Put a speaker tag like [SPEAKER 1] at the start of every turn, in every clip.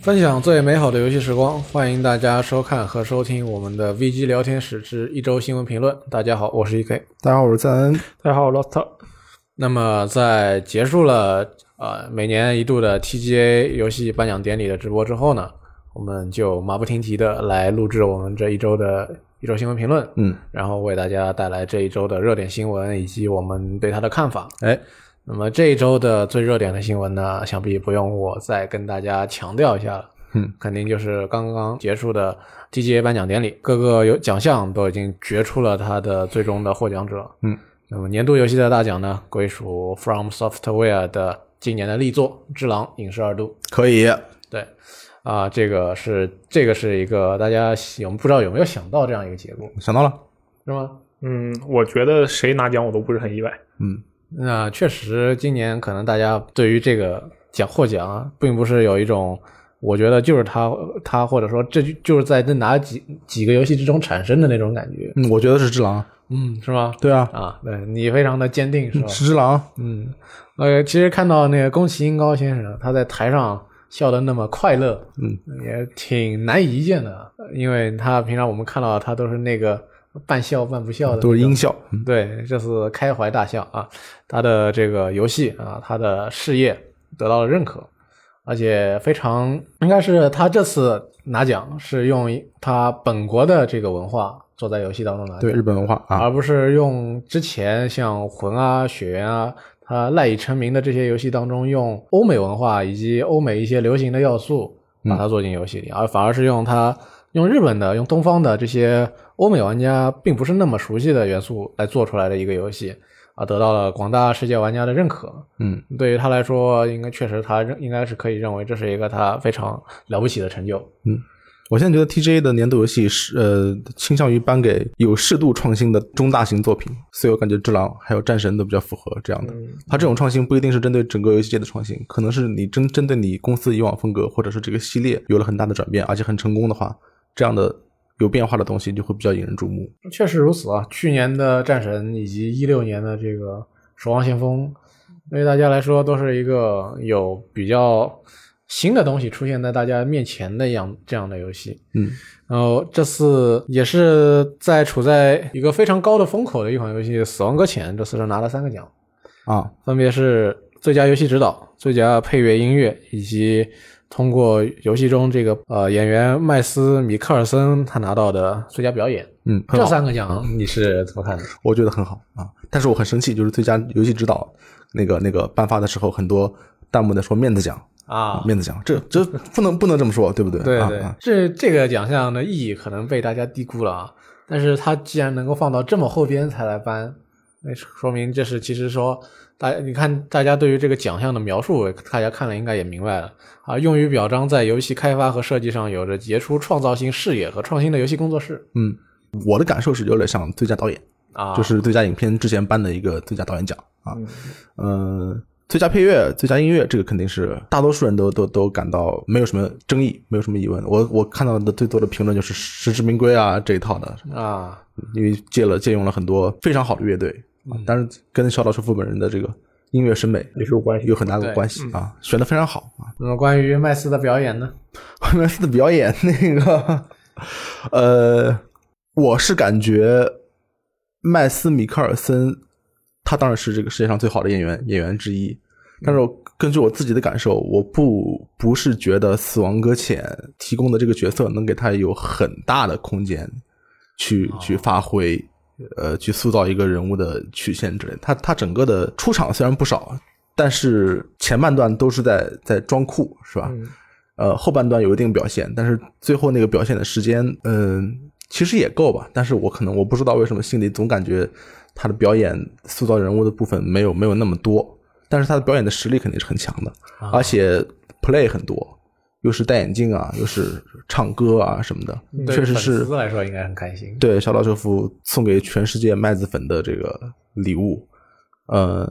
[SPEAKER 1] 分享最美好的游戏时光，欢迎大家收看和收听我们的 VG 聊天室之一周新闻评论。大家好，我是 EK。
[SPEAKER 2] 大家好，我是赞恩。
[SPEAKER 3] 大家好，我 Lost。
[SPEAKER 1] 那么在结束了呃每年一度的 TGA 游戏颁奖典礼的直播之后呢，我们就马不停蹄的来录制我们这一周的一周新闻评论，
[SPEAKER 2] 嗯，
[SPEAKER 1] 然后为大家带来这一周的热点新闻以及我们对它的看法。
[SPEAKER 2] 哎，
[SPEAKER 1] 那么这一周的最热点的新闻呢，想必不用我再跟大家强调一下了。
[SPEAKER 2] 嗯，
[SPEAKER 1] 肯定就是刚刚结束的 TGA 颁奖典礼，各个有奖项都已经决出了它的最终的获奖者。
[SPEAKER 2] 嗯，
[SPEAKER 1] 那么年度游戏的大奖呢，归属 From Software 的今年的力作《只狼》影视二度。
[SPEAKER 2] 可以，
[SPEAKER 1] 对，啊、这个是这个是一个大家有不知道有没有想到这样一个结果
[SPEAKER 2] 想到了，
[SPEAKER 1] 是吗？
[SPEAKER 3] 嗯，我觉得谁拿奖我都不是很意外。
[SPEAKER 2] 嗯，
[SPEAKER 1] 那确实，今年可能大家对于这个奖获奖啊，并不是有一种，我觉得就是他他或者说这就就是在这哪几几个游戏之中产生的那种感觉，
[SPEAKER 2] 嗯，我觉得是只狼，
[SPEAKER 1] 嗯，是吗？
[SPEAKER 2] 对啊，
[SPEAKER 1] 啊，对你非常的坚定是吧？
[SPEAKER 2] 是只狼，
[SPEAKER 1] 嗯，呃，其实看到那个宫崎英高先生，啊他在台上笑的那么快乐，
[SPEAKER 2] 嗯，
[SPEAKER 1] 也挺难以一见的，啊因为他平常我们看到他都是那个半笑半不笑的那种，
[SPEAKER 2] 都是音效，嗯
[SPEAKER 1] 对，这次开怀大笑啊，他的这个游戏啊，他的事业得到了认可，而且非常应该是他这次拿奖是用他本国的这个文化做在游戏当中拿奖，
[SPEAKER 2] 对日本文化啊，
[SPEAKER 1] 而不是用之前像魂啊、血缘啊，它赖以成名的这些游戏当中，用欧美文化以及欧美一些流行的要素把它做进游戏里，而反而是用它用日本的、用东方的这些欧美玩家并不是那么熟悉的元素来做出来的一个游戏啊，得到了广大世界玩家的认可。
[SPEAKER 2] 嗯，
[SPEAKER 1] 对于他来说，应该确实他认应该是可以认为这是一个他非常了不起的成就。
[SPEAKER 2] 我现在觉得 TGA 的年度游戏是呃倾向于颁给有适度创新的中大型作品，所以我感觉只狼还有战神都比较符合这样的。它这种创新不一定是针对整个游戏界的创新，可能是你针针对你公司以往风格或者是这个系列有了很大的转变，而且很成功的话，这样的有变化的东西就会比较引人注目。
[SPEAKER 1] 确实如此啊！去年的战神以及一六年的这个《守望先锋》，对于大家来说都是一个有比较新的东西出现在大家面前的样这样的游戏。
[SPEAKER 2] 嗯，
[SPEAKER 1] 然后这次也是在处在一个非常高的风口的一款游戏《死亡搁浅》，这次是拿了三个奖，
[SPEAKER 2] 啊，
[SPEAKER 1] 分别是最佳游戏指导、最佳配乐音乐以及通过游戏中这个呃演员麦斯米克尔森他拿到的最佳表演。
[SPEAKER 2] 嗯，很
[SPEAKER 1] 这
[SPEAKER 2] 好。
[SPEAKER 1] 三个奖你是怎么看的？
[SPEAKER 2] 我觉得很好啊。但是我很生气，就是最佳游戏指导那个那个颁发的时候，很多弹幕在说面子奖，
[SPEAKER 1] 啊，
[SPEAKER 2] 面子奖，这这不能不能这么说，对不对？
[SPEAKER 1] 对
[SPEAKER 2] 啊
[SPEAKER 1] 对
[SPEAKER 2] 啊，
[SPEAKER 1] 这这个奖项的意义可能被大家低估了啊。但是它既然能够放到这么后边才来颁，那说明这是其实说大你看大家对于这个奖项的描述，大家看了应该也明白了啊。用于表彰在游戏开发和设计上有着杰出创造性视野和创新的游戏工作室
[SPEAKER 2] 嗯，我的感受是有点像最佳导演，
[SPEAKER 1] 啊，
[SPEAKER 2] 就是最佳影片之前颁的一个最佳导演奖啊，嗯。最佳配乐、最佳音乐，这个肯定是大多数人都都都感到没有什么争议，没有什么疑问。我我看到的最多的评论就是实至名归啊这一套的，
[SPEAKER 1] 啊，
[SPEAKER 2] 因为借了借用了很多非常好的乐队，啊
[SPEAKER 1] 嗯
[SPEAKER 2] 当然跟小岛秀夫本人的这个音乐审美
[SPEAKER 3] 也是有关系
[SPEAKER 2] 有很大的
[SPEAKER 1] 对
[SPEAKER 2] 关系啊，选的非常好啊。
[SPEAKER 1] 那么关于麦斯的表演呢？
[SPEAKER 2] 惠梅斯的表演那个，呃，我是感觉麦斯米克尔森，他当然是这个世界上最好的演员演员之一，但是我根据我自己的感受，我不不是觉得《死亡搁浅》提供的这个角色能给他有很大的空间
[SPEAKER 1] 哦
[SPEAKER 2] 去去发挥。呃，去塑造一个人物的曲线之类的，他他整个的出场虽然不少，但是前半段都是在在装酷，是吧？
[SPEAKER 3] 嗯
[SPEAKER 2] 呃，后半段有一定表现，但是最后那个表现的时间，嗯、其实也够吧。但是我可能我不知道为什么心里总感觉他的表演塑造人物的部分没有没有那么多，但是他的表演的实力肯定是很强的，
[SPEAKER 1] 啊
[SPEAKER 2] 而且 play 很多，又是戴眼镜啊，又是唱歌啊什么的，
[SPEAKER 1] 嗯对
[SPEAKER 2] 确实
[SPEAKER 1] 粉
[SPEAKER 2] 是
[SPEAKER 1] 丝来说应该很开心。
[SPEAKER 2] 对小岛秀夫送给全世界麦子粉的这个礼物。呃，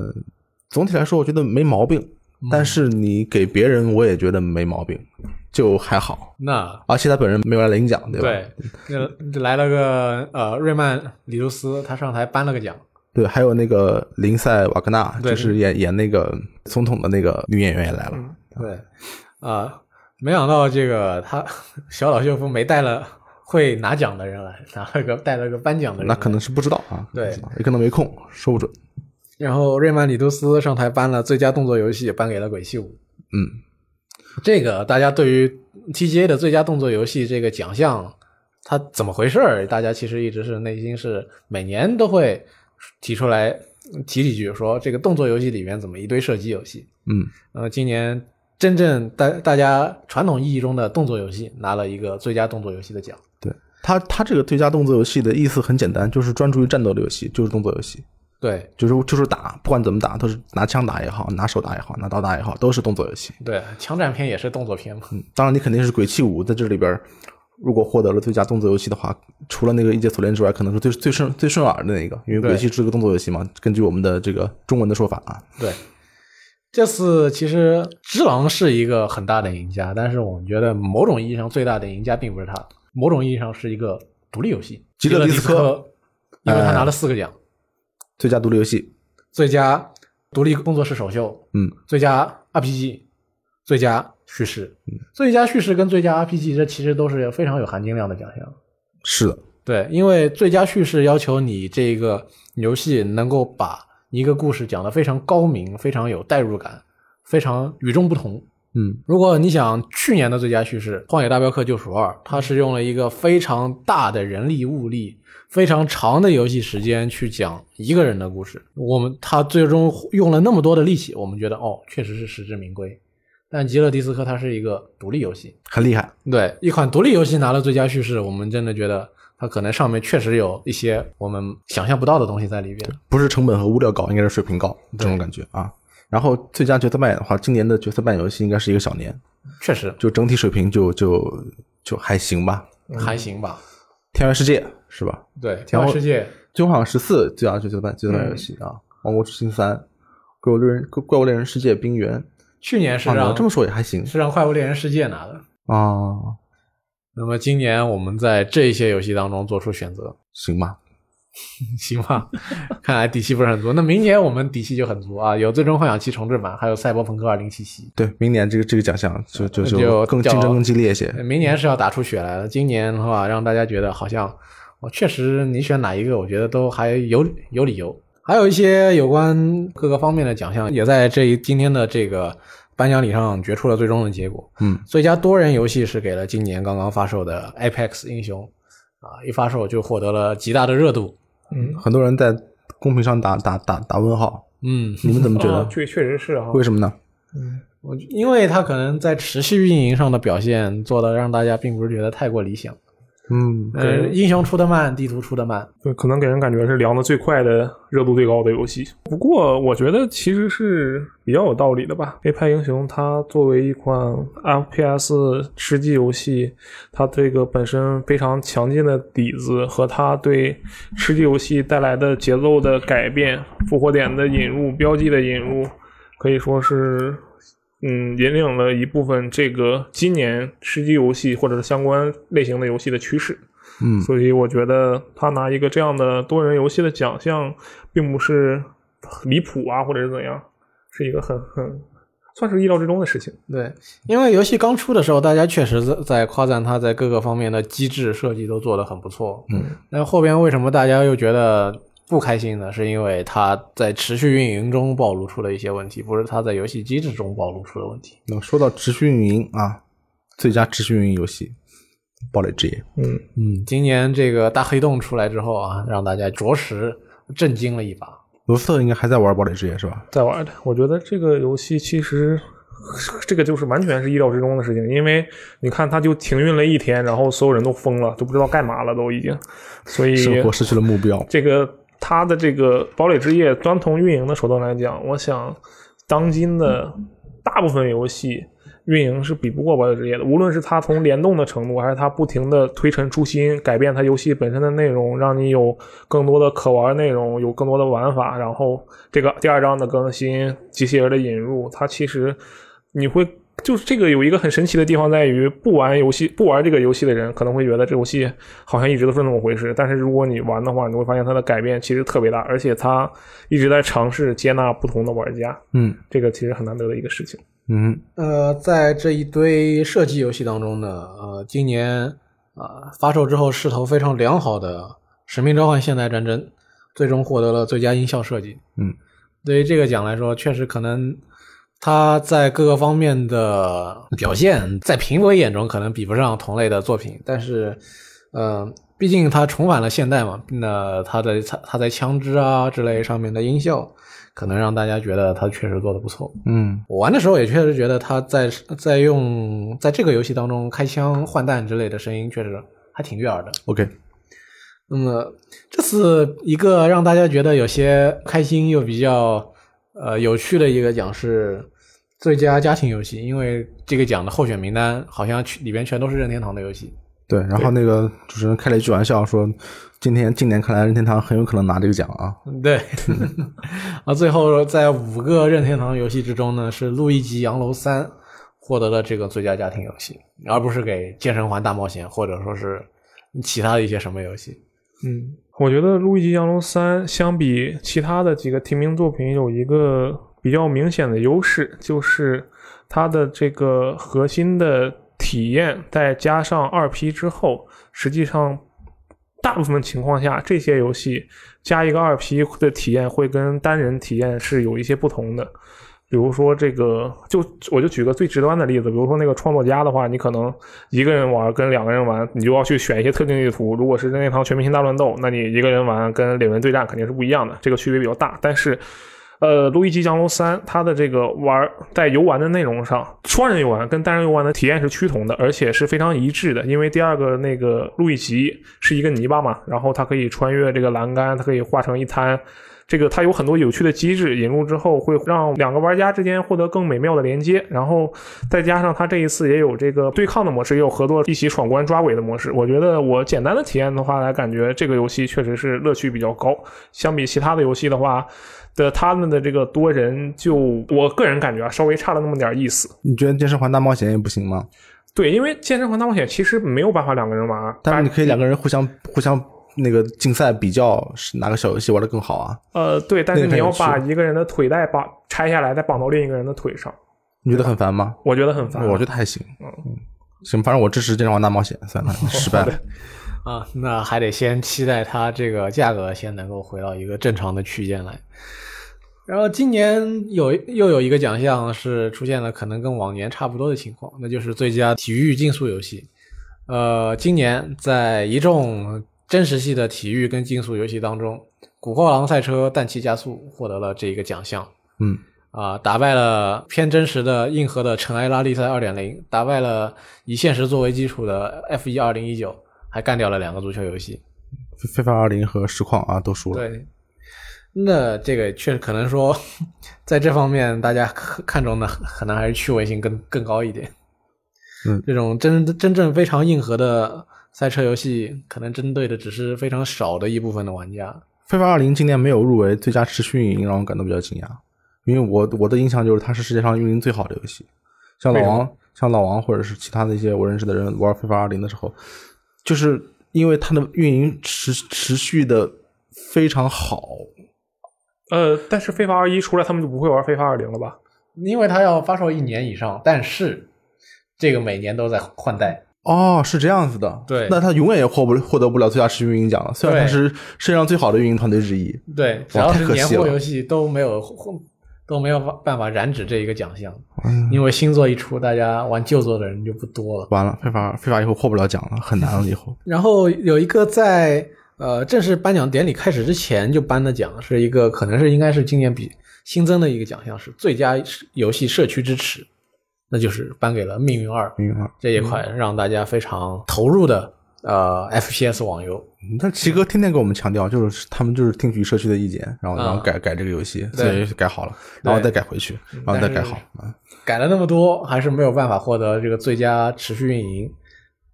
[SPEAKER 2] 总体来说我觉得没毛病，
[SPEAKER 1] 嗯
[SPEAKER 2] 但是你给别人我也觉得没毛病，就还好。
[SPEAKER 1] 那
[SPEAKER 2] 而且他本人没有来领奖，对吧？
[SPEAKER 1] 对，那来了个呃瑞曼里杜斯，他上台颁了个奖。
[SPEAKER 2] 对还有那个林赛瓦格纳，
[SPEAKER 1] 对
[SPEAKER 2] 就是演演那个总统的那个女演员也来了。
[SPEAKER 1] 对，啊、没想到这个他小岛秀夫没带了会拿奖的人来，拿了个带了个颁奖的人
[SPEAKER 2] 那
[SPEAKER 1] 来，
[SPEAKER 2] 可能是不知道啊，
[SPEAKER 1] 嗯对
[SPEAKER 2] 不知道也可能没空，说不准。
[SPEAKER 1] 然后瑞曼·里杜斯上台颁了最佳动作游戏，颁给了《鬼泣五》。
[SPEAKER 2] 嗯，
[SPEAKER 1] 这个大家对于 TGA 的最佳动作游戏这个奖项，它怎么回事儿？大家其实一直是内心是每年都会提出来提几句，说这个动作游戏里面怎么一堆射击游戏。
[SPEAKER 2] 嗯，
[SPEAKER 1] 呃，今年真正大大家传统意义中的动作游戏拿了一个最佳动作游戏的奖。
[SPEAKER 2] 对他他这个最佳动作游戏的意思很简单，就是专注于战斗的游戏，就是动作游戏，
[SPEAKER 1] 对
[SPEAKER 2] 就是就是打，不管怎么打，都是拿枪打也好，拿手打也好，拿刀打也好，都是动作游戏。
[SPEAKER 1] 对，枪战片也是动作片嘛。
[SPEAKER 2] 嗯当然，你肯定是《鬼泣五》在这里边儿，如果获得了最佳动作游戏的话，除了那个《异界锁链》之外，可能是最最顺最顺耳的那一个，因为《
[SPEAKER 1] 对
[SPEAKER 2] 鬼泣》是个动作游戏嘛。根据我们的这个中文的说法啊，
[SPEAKER 1] 对，这次其实只狼是一个很大的赢家，但是我们觉得某种意义上最大的赢家并不是他，某种意义上是一个独立游戏《
[SPEAKER 2] 极乐
[SPEAKER 1] 乐
[SPEAKER 2] 迪
[SPEAKER 1] 迪
[SPEAKER 2] 斯科哎
[SPEAKER 1] 科》，因为他拿了四个奖：
[SPEAKER 2] 最佳独立游戏，
[SPEAKER 1] 最佳独立工作室首秀、
[SPEAKER 2] 嗯，
[SPEAKER 1] 最佳 RPG、最佳叙事、
[SPEAKER 2] 嗯
[SPEAKER 1] 最佳叙事跟最佳 RPG，这其实都是非常有含金量的奖项。
[SPEAKER 2] 是的，
[SPEAKER 1] 对，因为最佳叙事要求你这个游戏能够把一个故事讲得非常高明、非常有代入感、非常与众不同。
[SPEAKER 2] 嗯，
[SPEAKER 1] 如果你想去年的最佳叙事《荒野大镖客：救赎二》，它是用了一个非常大的人力物力、非常长的游戏时间去讲一个人的故事。我们它最终用了那么多的力气，我们觉得哦，确实是实至名归。但《极乐迪斯科》它是一个独立游戏，
[SPEAKER 2] 很厉害。
[SPEAKER 1] 对，一款独立游戏拿了最佳叙事，我们真的觉得它可能上面确实有一些我们想象不到的东西在里边。
[SPEAKER 2] 不是成本和物料高，应该是水平高这种感觉啊。然后最佳角色扮演的话，今年的角色扮演游戏应该是一个小年，
[SPEAKER 1] 确实
[SPEAKER 2] 就整体水平就就就还行吧。
[SPEAKER 1] 还行吧。
[SPEAKER 2] 天外世界是吧？
[SPEAKER 1] 对，《天外世界》
[SPEAKER 2] 最终好像十四最佳角色扮角色扮演游戏
[SPEAKER 1] 嗯
[SPEAKER 2] 啊，王国之心三》《怪物猎人》《怪物猎人世界》《冰原》
[SPEAKER 1] 去年是
[SPEAKER 2] 啊，你要
[SPEAKER 1] 让
[SPEAKER 2] 这么说也还行
[SPEAKER 1] 是让《怪物猎人世界》拿的。
[SPEAKER 2] 啊，
[SPEAKER 1] 那么今年我们在这些游戏当中做出选择，
[SPEAKER 2] 行吧。
[SPEAKER 1] 行吧？看来底气不是很足。那明年我们底气就很足啊，有《最终幻想七重置版》，还有《赛博朋克2077》。
[SPEAKER 2] 对，明年这个这个奖项就就
[SPEAKER 1] 那就
[SPEAKER 2] 更
[SPEAKER 1] 叫嗯
[SPEAKER 2] 竞争更激烈一些。
[SPEAKER 1] 明年是要打出血来了。今年的话，让大家觉得好像，我确实你选哪一个，我觉得都还有有理由。还有一些有关各个方面的奖项，也在这一今天的这个颁奖礼上决出了最终的结果。
[SPEAKER 2] 嗯，
[SPEAKER 1] 最佳多人游戏是给了今年刚刚发售的《Apex 英雄》，啊，一发售就获得了极大的热度。
[SPEAKER 3] 嗯，
[SPEAKER 2] 很多人在公屏上打打打打问号，
[SPEAKER 1] 嗯，
[SPEAKER 2] 你们怎么觉
[SPEAKER 3] 啊
[SPEAKER 2] 得？
[SPEAKER 3] 确确实是哈，
[SPEAKER 2] 为什么呢？
[SPEAKER 1] 我因为他可能在持续运营上的表现做的让大家并不是觉得太过理想。
[SPEAKER 2] 嗯，
[SPEAKER 1] 呃，英雄出的慢，地图出的慢，
[SPEAKER 3] 对，可能给人感觉是凉的最快的、热度最高的游戏。不过，我觉得其实是比较有道理的吧。《A 派英雄》它作为一款 FPS 吃鸡游戏，它这个本身非常强劲的底子和它对吃鸡游戏带来的节奏的改变、复活点的引入、标记的引入，可以说是。嗯，引领了一部分这个今年吃鸡游戏或者是相关类型的游戏的趋势。
[SPEAKER 2] 嗯
[SPEAKER 3] 所以我觉得他拿一个这样的多人游戏的奖项，并不是离谱啊，或者是怎样，是一个很很算是意料之中的事情。
[SPEAKER 1] 对，因为游戏刚出的时候，大家确实在在夸赞它在各个方面的机制设计都做得很不错。
[SPEAKER 2] 嗯，
[SPEAKER 1] 但后边为什么大家又觉得不开心呢？是因为它在持续运营中暴露出了一些问题，不是它在游戏机制中暴露出的问题。
[SPEAKER 2] 那说到持续运营啊，最佳持续运营游戏《堡垒之夜
[SPEAKER 3] 嗯，
[SPEAKER 1] 嗯，今年这个大黑洞出来之后啊，让大家着实震惊了一把。》，
[SPEAKER 2] 罗斯特应该还在玩《堡垒之夜》是吧？
[SPEAKER 3] 在玩的，我觉得这个游戏其实。这个就是完全是意料之中的事情，因为你看，它就停运了一天，然后所有人都疯了，就不知道干嘛了，都已经，所以
[SPEAKER 2] 生活失去了目标。
[SPEAKER 3] 这个它的这个堡垒之夜端从运营的手段来讲，我想当今的大部分游戏运营是比不过堡垒之夜的。无论是它从联动的程度，还是它不停的推陈出新，改变它游戏本身的内容，让你有更多的可玩内容，有更多的玩法，然后这个第二章的更新，机器人的引入，它其实你会。就是这个有一个很神奇的地方在于，不玩游戏、不玩这个游戏的人可能会觉得这游戏好像一直都是那么回事。但是如果你玩的话，你会发现它的改变其实特别大，而且它一直在尝试接纳不同的玩家，
[SPEAKER 2] 嗯
[SPEAKER 3] 这个其实很难得的一个事情。
[SPEAKER 2] 嗯
[SPEAKER 1] 呃，在这一堆射击游戏当中呢，呃，今年啊、呃发售之后势头非常良好的《使命召唤：现代战争》，最终获得了最佳音效设计。
[SPEAKER 2] 嗯，
[SPEAKER 1] 对于这个奖来说，确实可能它在各个方面的表现，在评委眼中可能比不上同类的作品，但是，呃，毕竟它重返了现代嘛，那它的它它在枪支啊之类上面的音效，可能让大家觉得它确实做的不错。
[SPEAKER 2] 嗯
[SPEAKER 1] 我玩的时候也确实觉得他在在用在这个游戏当中开枪换弹之类的声音，确实还挺悦耳的。
[SPEAKER 2] ，OK，
[SPEAKER 1] 那么这次一个让大家觉得有些开心又比较呃有趣的一个奖是最佳家庭游戏，因为这个奖的候选名单好像去里边全都是任天堂的游戏。
[SPEAKER 2] 对。然后那个主持人开了一句玩笑说，今天近年看来任天堂很有可能拿这个奖啊。
[SPEAKER 1] 对，啊，最后在五个任天堂游戏之中呢，是《路易吉洋楼三》获得了这个最佳家庭游戏，而不是给《健身环大冒险》或者说是其他的一些什么游戏。
[SPEAKER 3] 嗯，我觉得《路易吉洋楼三》相比其他的几个提名作品有一个比较明显的优势，就是它的这个核心的体验，再加上二 P 之后，实际上大部分情况下，这些游戏加一个二 P 的体验会跟单人体验是有一些不同的。比如说这个，就我就举个最直观的例子，比如说那个创作家的话，你可能一个人玩跟两个人玩，你就要去选一些特定地图。如果是任天堂全明星大乱斗，那你一个人玩跟两人对战肯定是不一样的，这个区别比较大。但是，呃，《路易吉降楼三》它的这个玩在游玩的内容上，双人游玩跟单人游玩的体验是趋同的，而且是非常一致的。因为第二个那个路易吉是一个泥巴嘛，然后它可以穿越这个栏杆，它可以化成一滩。这个它有很多有趣的机制，引入之后会让两个玩家之间获得更美妙的连接，然后再加上它这一次也有这个对抗的模式，也有合作一起闯关抓鬼的模式。我觉得我简单的体验的话来感觉这个游戏确实是乐趣比较高，相比其他的游戏的话。的他们的这个多人就，我个人感觉啊，稍微差了那么点意思。
[SPEAKER 2] 你觉得《健身环大冒险》也不行吗？
[SPEAKER 3] 对，因为《健身环大冒险》其实没有办法两个人玩儿，
[SPEAKER 2] 但是你可以两个人互相互相那个竞赛比较，是哪个小游戏玩的更好啊？
[SPEAKER 3] 呃，对，但是
[SPEAKER 2] 那个
[SPEAKER 3] 你要
[SPEAKER 2] 太有
[SPEAKER 3] 把一个人的腿带绑拆下来，再绑到另一个人的腿上，
[SPEAKER 2] 你觉得很烦吗？
[SPEAKER 3] 我觉得很烦。
[SPEAKER 2] 我觉得还行。嗯，行，反正我支持《健身环大冒险》，算 了，失败了。
[SPEAKER 1] 啊，那还得先期待它这个价格先能够回到一个正常的区间来。然后今年有又有一个奖项是出现了可能跟往年差不多的情况，那就是最佳体育竞速游戏。呃，今年在一众真实系的体育跟竞速游戏当中，《古惑狼赛车：氮气加速》获得了这一个奖项。
[SPEAKER 2] 嗯，
[SPEAKER 1] 啊、打败了偏真实的硬核的尘埃拉力赛二点零，打败了以现实作为基础的 F 一二零一九，还干掉了两个足球游戏。
[SPEAKER 2] 非法二零和实况啊都输了。
[SPEAKER 1] 对，那这个确实可能说，在这方面大家看看重的可能还是趣味性更更高一点。
[SPEAKER 2] 嗯，
[SPEAKER 1] 这种真真正非常硬核的赛车游戏，可能针对的只是非常少的一部分的玩家。
[SPEAKER 2] 非法二零今年没有入围最佳持续运营，让我感到比较惊讶，因为我我的印象就是它是世界上运营最好的游戏。像老
[SPEAKER 3] 为
[SPEAKER 2] 王，像老王或者是其他的一些我认识的人玩非法二零的时候，就是因为它的运营持持续的非常好。
[SPEAKER 3] 呃，但是非法二一出来，他们就不会玩非法二零了吧？
[SPEAKER 1] 因为它要发售一年以上，但是这个每年都在换代。
[SPEAKER 2] 哦，是这样子的，
[SPEAKER 1] 对
[SPEAKER 2] 那他永远也获不获得不了最佳持续运营奖了。虽然他
[SPEAKER 1] 对
[SPEAKER 2] 是世界上最好的运营团队之一，
[SPEAKER 1] 对，只
[SPEAKER 2] 哇
[SPEAKER 1] 要
[SPEAKER 2] 哦太
[SPEAKER 1] 是
[SPEAKER 2] 可
[SPEAKER 1] 年
[SPEAKER 2] 惜
[SPEAKER 1] 货
[SPEAKER 2] 了
[SPEAKER 1] 游戏都没有都没有办法染指这一个奖项，
[SPEAKER 2] 哎
[SPEAKER 1] 因为新作一出，大家玩旧作的人就不多了。
[SPEAKER 2] 完了，非法非法以后获不了奖了，很难了以 后。
[SPEAKER 1] 然后有一个在呃正式颁奖典礼开始之前就颁的奖，是一个可能是应该是今年比新增的一个奖项，是最佳游戏社区支持，那就是颁给了《命运二》
[SPEAKER 2] 明白。
[SPEAKER 1] 这一
[SPEAKER 2] 嗯
[SPEAKER 1] 款让大家非常投入的呃 FPS 网游。
[SPEAKER 2] 但奇哥天天跟我们强调，就是他们就是听取社区的意见，然后
[SPEAKER 1] 啊
[SPEAKER 2] 然后改改这个游戏，
[SPEAKER 1] 对
[SPEAKER 2] 所以改好了，然后
[SPEAKER 1] 对嗯
[SPEAKER 2] 再改回去，然后再改好啊。
[SPEAKER 1] 改了那么多，还是没有办法获得这个最佳持续运营。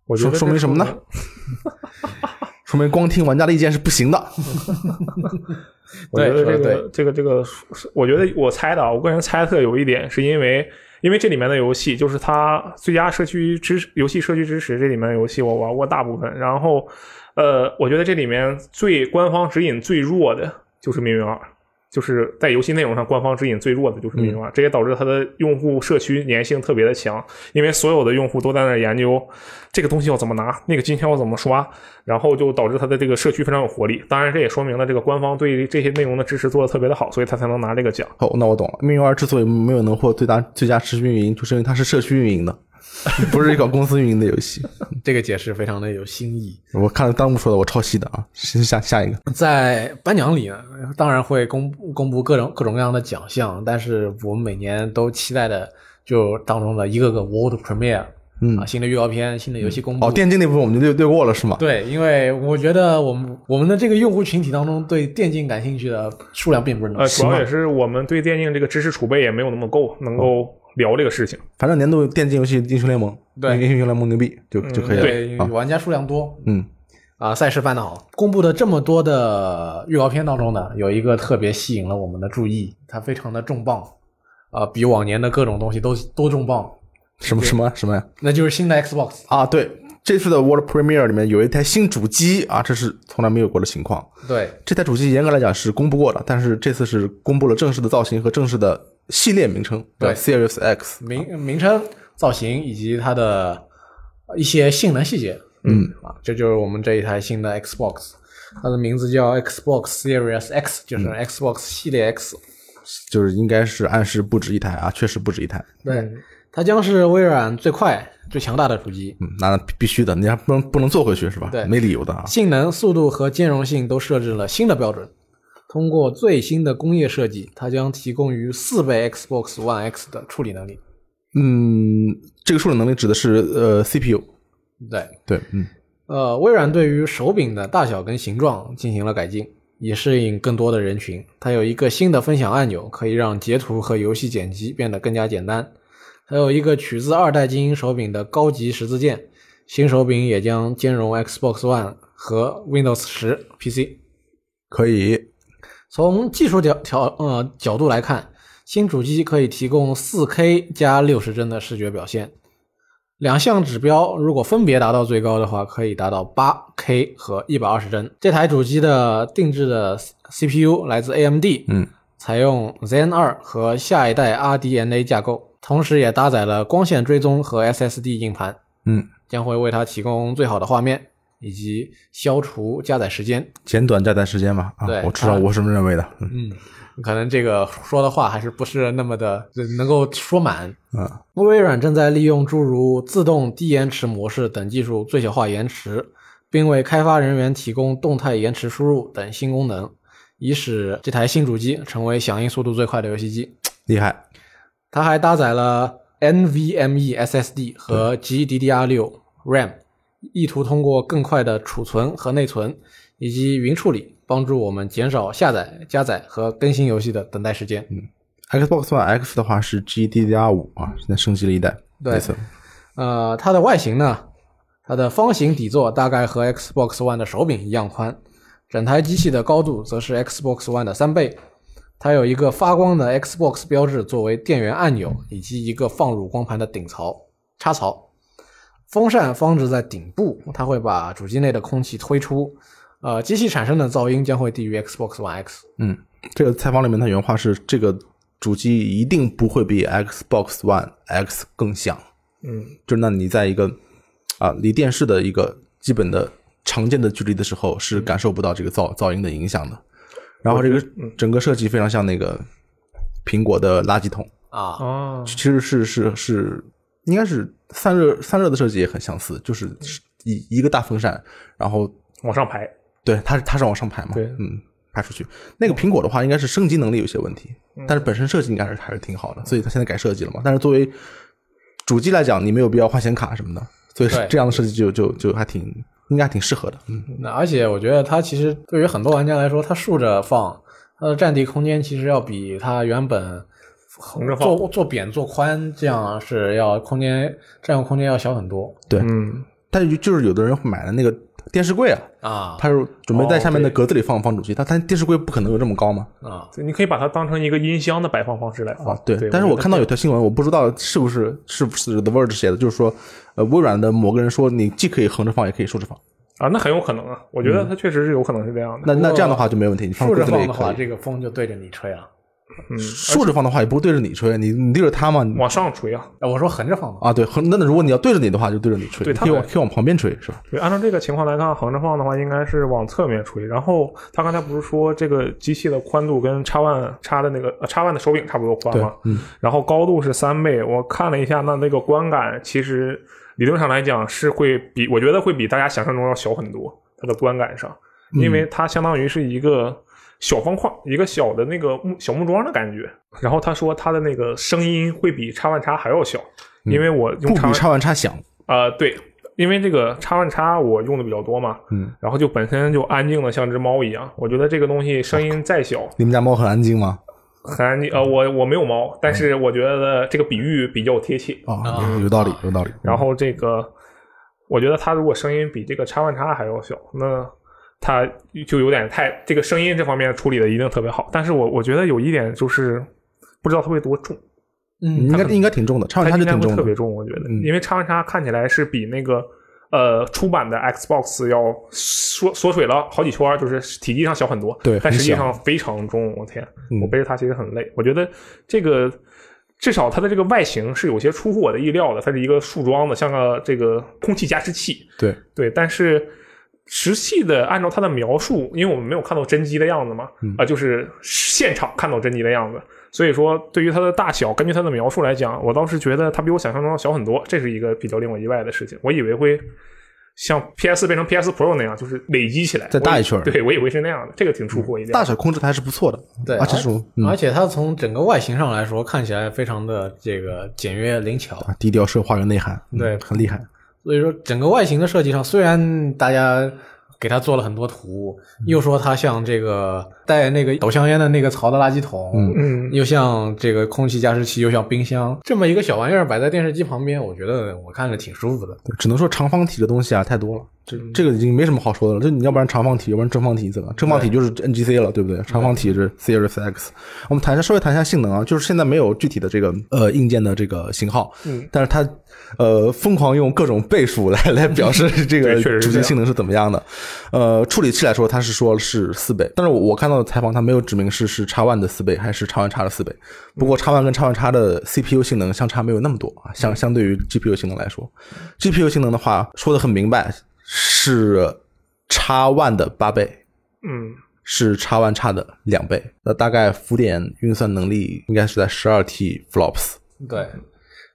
[SPEAKER 3] 我
[SPEAKER 2] 啊
[SPEAKER 3] 觉
[SPEAKER 2] 说
[SPEAKER 3] 得
[SPEAKER 2] 说明什么呢？ 说明光听玩家的意见是不行的。
[SPEAKER 3] 我觉
[SPEAKER 1] 对
[SPEAKER 3] 得
[SPEAKER 1] 说
[SPEAKER 3] 这
[SPEAKER 1] 得
[SPEAKER 3] 个这个这个，我觉得我猜的啊，我个人猜测有一点是因为，因为这里面的游戏就是它最佳社区支游戏社区支持这里面的游戏我玩过大部分，然后呃，我觉得这里面最官方指引最弱的就是《命运二》，就是在游戏内容上，官方指引最弱的就是密
[SPEAKER 1] 嗯
[SPEAKER 3] 码，这也导致它的用户社区粘性特别的强，因为所有的用户都在那儿研究这个东西要怎么拿，那个金钱要怎么刷，然后就导致它的这个社区非常有活力。当然，这也说明了这个官方对这些内容的支持做的特别的好，所以它才能拿这个奖。
[SPEAKER 2] 好，哦那我懂了。命运二之所以没有能获最大最佳持续运营，就是因为它是社区运营的，不是搞公司运营的游戏。
[SPEAKER 1] 这个解释非常的有新意。
[SPEAKER 2] 我看弹幕说的，我抄袭的啊。是下下一个，
[SPEAKER 1] 在颁奖礼呢，啊当然会公布公布各种各种各样的奖项，但是我们每年都期待的就当中的一个个 World Premiere，
[SPEAKER 2] 嗯
[SPEAKER 1] 啊，新的预告片、新的
[SPEAKER 3] 嗯
[SPEAKER 1] 游戏公布。
[SPEAKER 2] 哦，电竞那部分我们就略略过了，是吗？
[SPEAKER 1] 对，因为我觉得我们我们的这个用户群体当中，对电竞感兴趣的数量并不是那么
[SPEAKER 3] 呃，
[SPEAKER 1] 多。
[SPEAKER 3] 主要也是我们对电竞这个知识储备也没有那么够，能
[SPEAKER 2] 哦
[SPEAKER 3] 够聊这个事情。
[SPEAKER 2] 反正年度电竞游戏《英雄联盟》，
[SPEAKER 1] 对嗯
[SPEAKER 2] 英雄联盟牛逼就就可以了。
[SPEAKER 1] 对，
[SPEAKER 2] 啊
[SPEAKER 1] 玩家数量多，
[SPEAKER 2] 嗯，
[SPEAKER 1] 啊，赛事办得好。公布的这么多的预告片当中呢，有一个特别吸引了我们的注意，它非常的重磅，啊、比往年的各种东西都都重磅，
[SPEAKER 2] 什么什么什么呀？
[SPEAKER 1] 那就是新的 Xbox。
[SPEAKER 2] 啊，对，这次的 World Premiere 里面有一台新主机啊，这是从来没有过的情况。
[SPEAKER 1] 对，
[SPEAKER 2] 这台主机严格来讲是公布过的，但是这次是公布了正式的造型和正式的系列名称，
[SPEAKER 1] 对
[SPEAKER 2] 叫 Series X。
[SPEAKER 1] 名名称、造型以及它的一些性能细节，嗯啊，这就是我们这一台新的 Xbox，它的名字叫 Xbox Series X，就是 Xbox 系列 X。
[SPEAKER 2] 就是应该是暗示不止一台啊，确实不止一台。
[SPEAKER 1] 对，它将是微软最快、最强大的主机。
[SPEAKER 2] 嗯，那必须的，你还不能不能做回去是吧？
[SPEAKER 1] 对
[SPEAKER 2] 没理由的啊。
[SPEAKER 1] 性能、速度和兼容性都设置了新的标准。通过最新的工业设计，它将提供于四倍 Xbox One X 的处理能力。
[SPEAKER 2] 嗯，这个处理能力指的是呃 CPU。
[SPEAKER 1] 对，
[SPEAKER 2] 对，嗯，
[SPEAKER 1] 呃，微软对于手柄的大小跟形状进行了改进，以适应更多的人群。它有一个新的分享按钮，可以让截图和游戏剪辑变得更加简单。还有一个取自二代精英手柄的高级十字键，新手柄也将兼容 Xbox One 和 Windows 十 PC。
[SPEAKER 2] 可以。
[SPEAKER 1] 从技术角条呃角度来看，新主机可以提供 4K 加60帧的视觉表现，两项指标如果分别达到最高的话，可以达到 8K 和120帧。这台主机的定制的 CPU 来自 AMD，
[SPEAKER 2] 嗯，
[SPEAKER 1] 采用 Zen 2和下一代 RDNA 架构，同时也搭载了光线追踪和 SSD 硬盘，
[SPEAKER 2] 嗯，
[SPEAKER 1] 将会为它提供最好的画面以及消除加载时间。
[SPEAKER 2] 简短加载时间吧。啊
[SPEAKER 1] 对，
[SPEAKER 2] 我知道
[SPEAKER 1] 啊
[SPEAKER 2] 我是这么认为的。嗯
[SPEAKER 1] 嗯，可能这个说的话还是不是那么的能够说满。
[SPEAKER 2] 啊，
[SPEAKER 1] 微软正在利用诸如自动低延迟模式等技术最小化延迟，并为开发人员提供动态延迟输入等新功能，以使这台新主机成为响应速度最快的游戏机。
[SPEAKER 2] 厉害。
[SPEAKER 1] 它还搭载了 NVMe SSD 和 GDDR6 RAM，意图通过更快的储存和内存以及云处理，帮助我们减少下载、加载和更新游戏的等待时间。
[SPEAKER 2] Xbox One X 的话是 GDDR 五啊，现在升级了一代。
[SPEAKER 1] 对
[SPEAKER 2] 没错
[SPEAKER 1] 呃，它的外形呢，它的方形底座大概和 Xbox One 的手柄一样宽，整台机器的高度则是 Xbox One 的三倍。它有一个发光的 Xbox 标志作为电源按钮，以及一个放入光盘的顶槽插槽。风扇放置在顶部，它会把主机内的空气推出。呃，机器产生的噪音将会低于 Xbox One X。
[SPEAKER 2] 嗯，这个采访里面它原话是：这个主机一定不会比 Xbox One X 更响。
[SPEAKER 3] 嗯，
[SPEAKER 2] 就是那你在一个啊离电视的一个基本的常见的距离的时候，是感受不到这个噪噪音的影响的。然后这个整个设计非常像那个苹果的垃圾桶，
[SPEAKER 1] 啊，
[SPEAKER 3] 啊，
[SPEAKER 2] 其实是是是应该是散热散热的设计也很相似，就是一一个大风扇，然后
[SPEAKER 3] 往上排，
[SPEAKER 2] 对它是它是往上排嘛，
[SPEAKER 3] 对
[SPEAKER 2] 嗯，排出去。那个苹果的话，应该是升级能力有些问题，
[SPEAKER 1] 嗯
[SPEAKER 2] 但是本身设计应该是还是挺好的，所以它现在改设计了嘛。但是作为主机来讲，你没有必要换显卡什么的，所以
[SPEAKER 1] 对
[SPEAKER 2] 这样的设计就就就还挺应该还挺适合的。嗯，
[SPEAKER 1] 那而且我觉得它其实对于很多玩家来说，它竖着放，它的占地空间其实要比它原本横
[SPEAKER 3] 着放
[SPEAKER 1] 做做扁做宽，这样是要空间占用空间要小很多
[SPEAKER 3] 嗯，
[SPEAKER 2] 但是就是有的人会买的那个电视柜啊，
[SPEAKER 1] 啊
[SPEAKER 2] 他是准备在下面的
[SPEAKER 3] 哦对
[SPEAKER 2] 格子里放放主机，但他电视柜不可能有这么高嘛。
[SPEAKER 1] 啊！
[SPEAKER 3] 嗯你可以把它当成一个音箱的摆放方式来
[SPEAKER 1] 哦
[SPEAKER 3] 放。
[SPEAKER 2] 啊，对，但是我看到有条新闻，我不知道是不是是不是 The Verge 写的，就是说，呃，微软的某个人说，你既可以横着放，也可以竖着放，
[SPEAKER 3] 啊，那很有可能啊，我觉
[SPEAKER 2] 嗯
[SPEAKER 3] 得他确实是有可能是这样的。
[SPEAKER 2] 那那这样的话就没问题，你放
[SPEAKER 1] 竖
[SPEAKER 2] 柜
[SPEAKER 1] 着
[SPEAKER 2] 子里
[SPEAKER 1] 放
[SPEAKER 2] 也
[SPEAKER 1] 的话，
[SPEAKER 2] 可以。
[SPEAKER 1] 这个风就对着你吹啊了。
[SPEAKER 2] 竖着放的话也不是对着你吹，你你对着它嘛。你
[SPEAKER 3] 嗯往上吹啊，
[SPEAKER 1] 哎，我说横着放的话，
[SPEAKER 2] 啊，对，和那如果你要对着你的话，就对着你吹，
[SPEAKER 3] 对
[SPEAKER 2] 你
[SPEAKER 3] 它
[SPEAKER 2] 可以往
[SPEAKER 3] 本
[SPEAKER 2] 可以往旁边吹，是吧？
[SPEAKER 3] 对，按照这个情况来看，横着放的话应该是往侧面吹。然后他刚才不是说这个机器的宽度跟叉 one 叉的那个呃叉 one 的手柄差不多宽吗？嗯。然后高度是三倍，我看了一下，那那个观感其实理论上来讲是会比我觉得会比大家想象中要小很多，它的观感上，因
[SPEAKER 2] 嗯
[SPEAKER 3] 为它相当于是一个。小方块，一个小的那个木小木桩的感觉。然后他说他的那个声音会比叉 one 叉还要小，因为我
[SPEAKER 2] 嗯不
[SPEAKER 3] 用叉
[SPEAKER 2] 比
[SPEAKER 3] one
[SPEAKER 2] 插完插响，
[SPEAKER 3] 呃，对，因为这个叉万叉我用的比较多嘛，
[SPEAKER 2] 嗯，
[SPEAKER 3] 然后就本身就安静的像只猫一样。我觉得这个东西声音再小，
[SPEAKER 2] 你们家猫很安静吗？
[SPEAKER 3] 很安静。呃，我我没有猫，但是我觉得这个比喻比较贴切。
[SPEAKER 2] 啊，
[SPEAKER 1] 啊
[SPEAKER 2] 有有道理，有道理。
[SPEAKER 3] 然后这个，我觉得它如果声音比这个叉万叉还要小，那它就有点太这个声音这方面处理的一定特别好。但是我我觉得有一点就是不知道它会多重，
[SPEAKER 2] 嗯，应该应该挺重的，插完
[SPEAKER 3] 它
[SPEAKER 2] 插
[SPEAKER 3] 应
[SPEAKER 2] 就
[SPEAKER 3] 该
[SPEAKER 2] 挺重的
[SPEAKER 3] 会特
[SPEAKER 2] 嗯
[SPEAKER 3] 别。重，我觉得，因为叉叉看起来是比那个呃出版的 Xbox 要缩缩水了好几圈儿，就是体积上小很多，
[SPEAKER 2] 对
[SPEAKER 3] 但实际
[SPEAKER 2] 很小
[SPEAKER 3] 上非常重，我天
[SPEAKER 2] 嗯，
[SPEAKER 3] 我背着它其实很累。我觉得这个至少它的这个外形是有些出乎我的意料的，它是一个树桩的，像个这个空气加湿器，
[SPEAKER 2] 对，
[SPEAKER 3] 对，但是实际的按照他的描述，因为我们没有看到真机的样子嘛，啊、
[SPEAKER 2] 嗯
[SPEAKER 3] 就是现场看到真机的样子，所以说对于它的大小，根据它的描述来讲，我倒是觉得它比我想象中要小很多，这是一个比较令我意外的事情。我以为会像 PS 变成 PS Pro 那样，就是累积起来
[SPEAKER 2] 再大一圈儿嗯
[SPEAKER 3] 我以对，我以为是那样的，这个挺出乎我意料。
[SPEAKER 2] 大小控制的还是不错的。
[SPEAKER 1] 对，
[SPEAKER 2] 啊，这是我嗯
[SPEAKER 1] 而且它从整个外形上来说，看起来非常的这个简约灵巧。
[SPEAKER 2] 啊，低调奢华有内涵，嗯
[SPEAKER 1] 对
[SPEAKER 2] 很厉害。
[SPEAKER 1] 所以说，整个外形的设计上，虽然大家给它做了很多图，又说它像这个带那个抖香烟的那个槽的垃圾桶，
[SPEAKER 3] 嗯，
[SPEAKER 1] 又像这个空气加湿器，又像冰箱，这么一个小玩意儿摆在电视机旁边，我觉得我看着挺舒服的。
[SPEAKER 2] 对，只能说长方体的东西啊太多了，这
[SPEAKER 3] 嗯
[SPEAKER 2] 这个已经没什么好说的了。就你要不然长方体，要不然正方体怎么？正方体就是 NGC 了，对不对？长方体是 Series X。我们谈一下，稍微谈一下性能啊，就是现在没有具体的这个呃硬件的这个型号，
[SPEAKER 3] 嗯，
[SPEAKER 2] 但是它呃疯狂用各种倍数来来表示这个
[SPEAKER 3] 嗯 对确实
[SPEAKER 2] 主
[SPEAKER 3] 是这
[SPEAKER 2] 机
[SPEAKER 3] 样
[SPEAKER 2] 性能是怎么样的。呃，处理器来说，它是说是四倍，但是我我看到的采访，它没有指明是是 X One 的四倍还是 X One X 的四倍。不
[SPEAKER 3] 嗯
[SPEAKER 2] 过 X One 跟 X One X 的 CPU 性能相差没有那么多啊，相相对于 GPU 性能来说，GPU 性能的话说的很明白，是 X One 的八倍，
[SPEAKER 3] 嗯，
[SPEAKER 2] 是 X One X 的两倍。那大概浮点运算能力应该是在十二 T flops。
[SPEAKER 1] 对，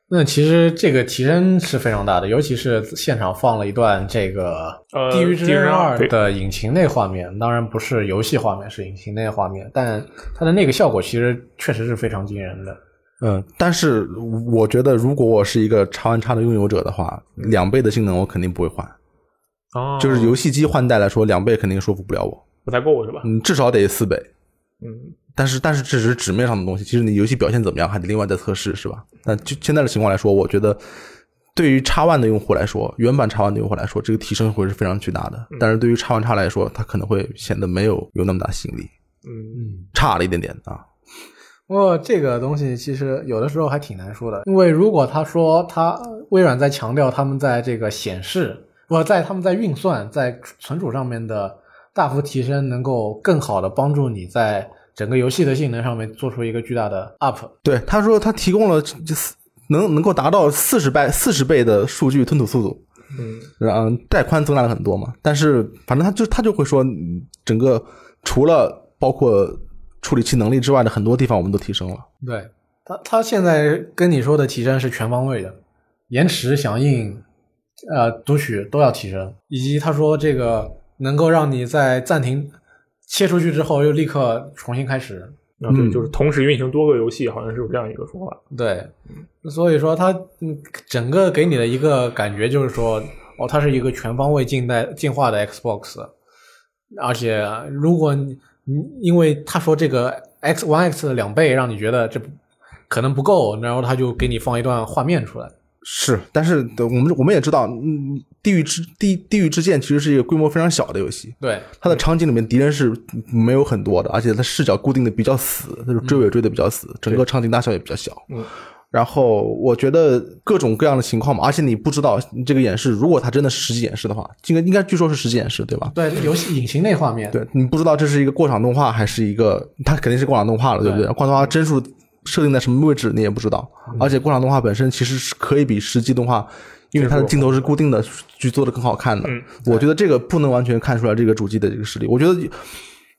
[SPEAKER 1] 那其实这个提升是非常大的，尤其是现场放了一段这个
[SPEAKER 3] 呃
[SPEAKER 1] 《地狱之
[SPEAKER 3] 地狱之
[SPEAKER 1] 刃
[SPEAKER 3] 刃
[SPEAKER 1] 二
[SPEAKER 3] 二》对
[SPEAKER 1] 的引擎内画面，当然不是游戏画面，是引擎内画面，但它的那个效果其实确实是非常惊人的。
[SPEAKER 2] 嗯，但是我觉得，如果我是一个 X One X 的拥有者的话，两倍的性能我肯定不会换。
[SPEAKER 3] 哦，
[SPEAKER 2] 就是游戏机换代来说，两倍肯定说服不了我，
[SPEAKER 3] 不太够是吧？
[SPEAKER 2] 嗯，至少得四倍。
[SPEAKER 3] 嗯，
[SPEAKER 2] 但是但是这只是纸面上的东西，其实你游戏表现怎么样还得另外再测试，是吧？那就现在的情况来说，我觉得对于 X One 的用户来说，原版 X One 的用户来说，这个提升会是非常巨大的。但是对于 X One X 来说，它可能会显得没有有那么大吸引力，
[SPEAKER 3] 嗯，
[SPEAKER 1] 嗯，
[SPEAKER 2] 差了一点点啊。
[SPEAKER 1] 不过这个东西其实有的时候还挺难说的，因为如果他说他微软在强调他们在这个显示，不在他们在运算在存储上面的大幅提升，能够更好的帮助你在整个游戏的性能上面做出一个巨大的 up。
[SPEAKER 2] 对，他说他提供了这这四能能够达到四十倍四十倍的数据吞吐速度，
[SPEAKER 3] 嗯，
[SPEAKER 2] 然后带宽增大了很多嘛。但是反正他就他就会说，嗯整个除了包括处理器能力之外的很多地方我们都提升了。
[SPEAKER 1] 对他，他现在跟你说的提升是全方位的，延迟、响应、呃读取都要提升，以及他说这个能够让你在暂停切出去之后又立刻重新开始。
[SPEAKER 3] 啊对，
[SPEAKER 2] 嗯
[SPEAKER 3] 就是同时运行多个游戏，好像是有这样一个说法。
[SPEAKER 1] 对，所以说它嗯整个给你的一个感觉就是说，哦，它是一个全方位进代进化的 Xbox，而且如果你你因为他说这个 X One X 的两倍，让你觉得这不可能不够，然后他就给你放一段画面出来。
[SPEAKER 2] 是，但是我们我们也知道，嗯，地狱之地地狱之剑其实是一个规模非常小的游戏，
[SPEAKER 1] 对，
[SPEAKER 2] 它的场景里面敌人是没有很多的，而且它视角固定的比较死，就是追尾追的比较死，整个场景大小也比较小。
[SPEAKER 3] 嗯
[SPEAKER 2] 然后我觉得各种各样的情况嘛，而且你不知道你这个演示，如果它真的是实际演示的话，这个应该据说是实际演示，对吧？
[SPEAKER 1] 对，游戏引擎那画面，
[SPEAKER 2] 对你不知道这是一个过场动画还是一个，它肯定是过场动画了，对不对？过场动画帧数设定在什么位置你也不知道，
[SPEAKER 3] 嗯
[SPEAKER 2] 而且过场动画本身其实是可以比实际动画，因为它的镜头是固定的，去做的更好看的。
[SPEAKER 3] 嗯
[SPEAKER 2] 我觉得这个不能完全看出来这个主机的这个实力。我觉得，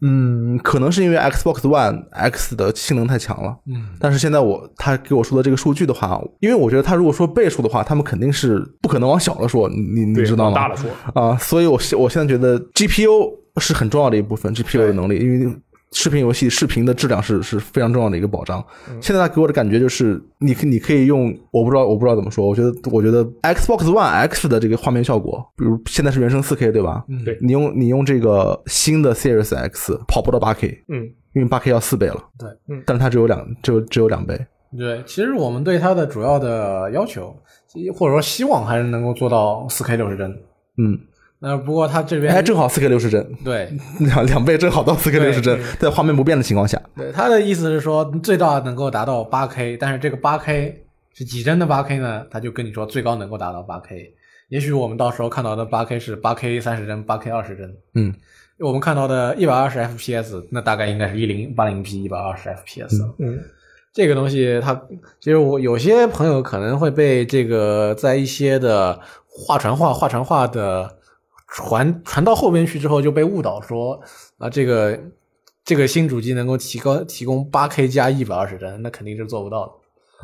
[SPEAKER 2] 嗯，可能是因为 Xbox One X 的性能太强了。嗯，但是现在我他给我说的这个数据的话，因为我觉得他如果说倍数的话，他们肯定是不可能往小了说，你你你
[SPEAKER 3] 对，
[SPEAKER 2] 知道
[SPEAKER 3] 往
[SPEAKER 2] 吗？
[SPEAKER 3] 大了说，
[SPEAKER 2] 啊，所以我现我现在觉得 GPU 是很重要的一部分，GPU 的能力，因为视频游戏视频的质量是是非常重要的一个保障。
[SPEAKER 1] 嗯
[SPEAKER 2] 现在它给我的感觉就是，你可你可以用，我不知道我不知道怎么说，我觉得我觉得 Xbox One X 的这个画面效果，比如现在是原生 4K 对吧？
[SPEAKER 1] 嗯
[SPEAKER 3] 对
[SPEAKER 2] 你用你用这个新的 Series X 跑不到 8K，
[SPEAKER 3] 嗯，
[SPEAKER 2] 因为 8K 要四倍了。
[SPEAKER 1] 对，
[SPEAKER 3] 嗯
[SPEAKER 2] 但是它只有两只有只有两倍。
[SPEAKER 1] 对，其实我们对它的主要的要求或者说希望还是能够做到四 K 六十帧。
[SPEAKER 2] 嗯，
[SPEAKER 1] 那不过它这边
[SPEAKER 2] 哎，正好 4K 六十帧，
[SPEAKER 1] 对
[SPEAKER 2] 两两倍正好到 4K 六十帧，在画面不变的情况下，
[SPEAKER 1] 对，它的意思是说最大能够达到八 K，但是这个八 K 是几帧的八 K 呢？它就跟你说最高能够达到八 K。也许我们到时候看到的八 K 是八 K 三十帧、八 K 二十帧，
[SPEAKER 2] 嗯，
[SPEAKER 1] 我们看到的一百二十 FPS，那大概应该是一零八零 P 一百二十 FPS 了。
[SPEAKER 3] 嗯，
[SPEAKER 1] 这个东西它，其实我有些朋友可能会被这个在一些的画传话、画传话的传传到后边去之后就被误导说啊，这个这个新主机能够提高提供八 K 加一百二十帧，那肯定是做不到的。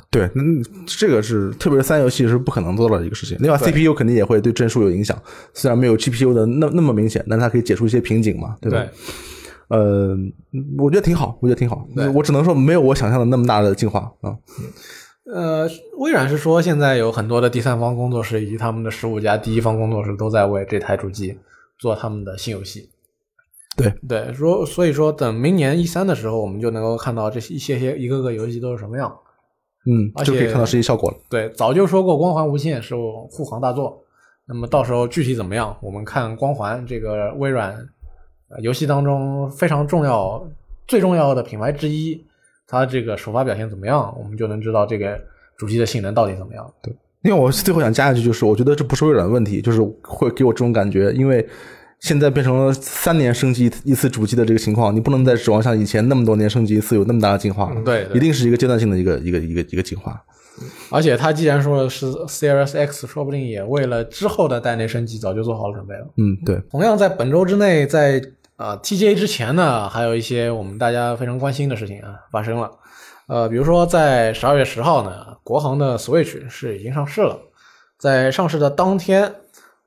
[SPEAKER 2] 对，嗯，这个是特别是三游戏是不可能做到的一个事情。另外
[SPEAKER 1] 对
[SPEAKER 2] ，CPU 肯定也会对帧数有影响，虽然没有 GPU 的那那么明显，但是它可以解除一些瓶颈嘛，对吧？
[SPEAKER 1] 对，
[SPEAKER 2] 呃，我觉得挺好，我觉得挺好
[SPEAKER 1] 对。
[SPEAKER 2] 我只能说没有我想象的那么大的进化啊、嗯
[SPEAKER 1] 呃，微软是说现在有很多的第三方工作室以及他们的十五家第一方工作室都在为这台主机做他们的新游戏。
[SPEAKER 2] 对
[SPEAKER 1] 对，说所以说等明年 E 三的时候，我们就能够看到这些一些些一个个游戏都是什么样。而
[SPEAKER 2] 嗯，就可
[SPEAKER 1] 且
[SPEAKER 2] 以看到实际效果了。
[SPEAKER 1] 对，早就说过《光环无限》是我护航大作。那么到时候具体怎么样，我们看《光环》这个微软、呃游戏当中非常重要、最重要的品牌之一，它这个首发表现怎么样，我们就能知道这个主机的性能到底怎么样。
[SPEAKER 2] 因为我最后想加一句，就是我觉得这不是微软的问题，就是会给我这种感觉，因为现在变成了三年升级一次主机的这个情况，你不能再指望像以前那么多年升级一次有那么大的进化了，
[SPEAKER 1] 对嗯对
[SPEAKER 2] 一定是一个阶段性的一个一个一个一个进化。
[SPEAKER 1] 而且它既然说的是 Series X，说不定也为了之后的代内升级早就做好了准备了。
[SPEAKER 2] 嗯，对。
[SPEAKER 1] 同样在本周之内，在啊、呃 TGA 之前呢，还有一些我们大家非常关心的事情啊发生了。呃，比如说在十二月十号呢，国行的 Switch 是已经上市了，在上市的当天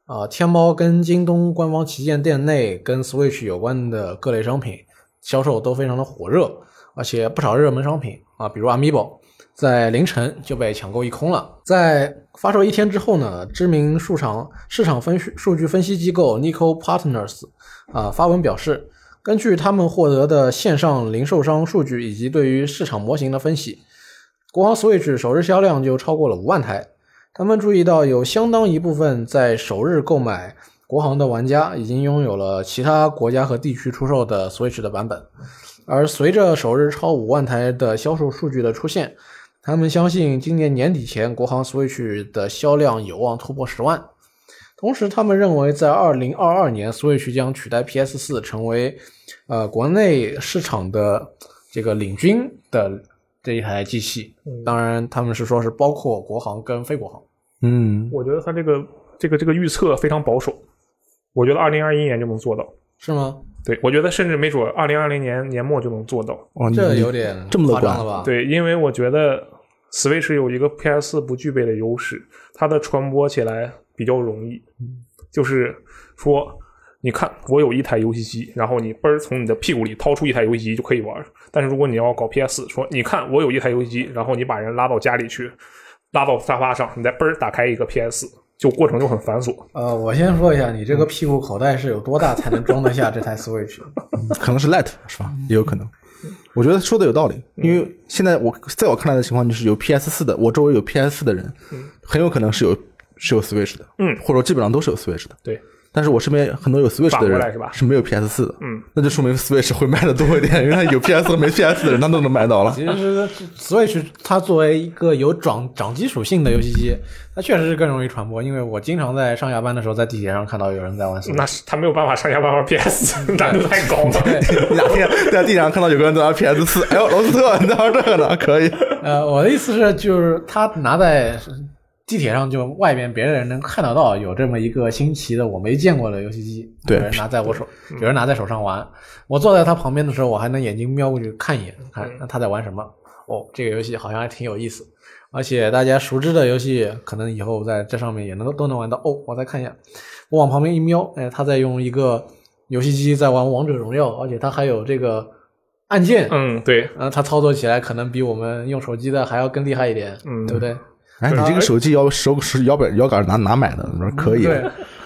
[SPEAKER 1] 啊、天猫跟京东官方旗舰店内跟 Switch 有关的各类商品销售都非常的火热，而且不少热门商品啊，比如 Amiibo。在凌晨就被抢购一空了。在发售一天之后呢，知名数场市场分析数据分析机构 Nico Partners 啊、发文表示，根据他们获得的线上零售商数据以及对于市场模型的分析，国行 Switch 首日销量就超过了五万台。他们注意到有相当一部分在首日购买国行的玩家已经拥有了其他国家和地区出售的 Switch 的版本，而随着首日超五万台的销售数据的出现，他们相信今年年底前，国行 Switch 的销量有望突破十万。同时，他们认为在2022年，Switch 将取代 PS 4成为呃国内市场的这个领军的这一台机器。当然，他们是说是包括国行跟非国行。
[SPEAKER 2] 嗯，
[SPEAKER 3] 我觉得他这个这个这个预测非常保守，我觉得二零二一年就能做到。
[SPEAKER 1] 是吗？
[SPEAKER 3] 对，我觉得甚至没准二零二零年年末就能做到。
[SPEAKER 2] 哦，你
[SPEAKER 1] 这
[SPEAKER 2] 你
[SPEAKER 1] 有点
[SPEAKER 2] 这么乐
[SPEAKER 1] 夸
[SPEAKER 2] 观
[SPEAKER 1] 张了吧？
[SPEAKER 3] 对，因为我觉得 Switch 有一个 PS 不具备的优势，它的传播起来比较容易。就是说，你看我有一台游戏机，然后你嘣儿从你的屁股里掏出一台游戏机就可以玩儿。但是如果你要搞 PS，说你看我有一台游戏机，然后你把人拉到家里去，拉到沙发上，你再嘣儿打开一个 PS，就过程就很繁琐。
[SPEAKER 1] 呃，我先说一下，你这个屁股口袋是有多大才能装得下这台 Switch？
[SPEAKER 2] 可能是 Light 是吧？也有可能。我觉得说的有道理，
[SPEAKER 3] 嗯
[SPEAKER 2] 因为现在我在我看来的情况就是有 PS 四的，我周围有 PS 四的人，很有可能是有是有 Switch 的，
[SPEAKER 3] 嗯
[SPEAKER 2] 或者说基本上都是有 Switch 的。
[SPEAKER 3] 对，
[SPEAKER 2] 但是我身边很多有 Switch
[SPEAKER 3] 反过
[SPEAKER 2] 的
[SPEAKER 3] 来
[SPEAKER 2] 人
[SPEAKER 3] 是吧
[SPEAKER 2] 没有 PS 四的，
[SPEAKER 3] 嗯，
[SPEAKER 2] 那就说明 Switch 会卖的多一点，因为他有 PS 和没 PS 的人他都能买到了。
[SPEAKER 1] 其实是 Switch 它作为一个有掌掌机属性的游戏机，它确实是更容易传播。因为我经常在上下班的时候在地铁上看到有人在玩 Switch，
[SPEAKER 3] 那是他没有办法上下班玩 PS，难 度太高了。
[SPEAKER 2] 你哪天在地上看到有个人在玩 PS 四，哎呦，罗斯特，你在玩这个呢？可以，
[SPEAKER 1] 呃，我的意思是，就是他拿在地铁上，就外边别人能看得到有这么一个新奇的我没见过的游戏机，
[SPEAKER 2] 对
[SPEAKER 1] 有人拿在我手，有人拿在手上玩。我坐在他旁边的时候，我还能眼睛瞄过去看一眼，看那他在玩什么。哦，这个游戏好像还挺有意思，而且大家熟知的游戏，可能以后在这上面也能都能玩到。哦，我再看一下，我往旁边一瞄，哎，他在用一个游戏机在玩王者荣耀，而且他还有这个按键，
[SPEAKER 3] 嗯，对，
[SPEAKER 1] 然后它操作起来可能比我们用手机的还要更厉害一点，
[SPEAKER 3] 嗯
[SPEAKER 1] 对不对？
[SPEAKER 2] 哎，
[SPEAKER 3] 啊
[SPEAKER 2] 你这个手机摇手手摇杆摇杆哪哪买的？我说可以，
[SPEAKER 1] 对，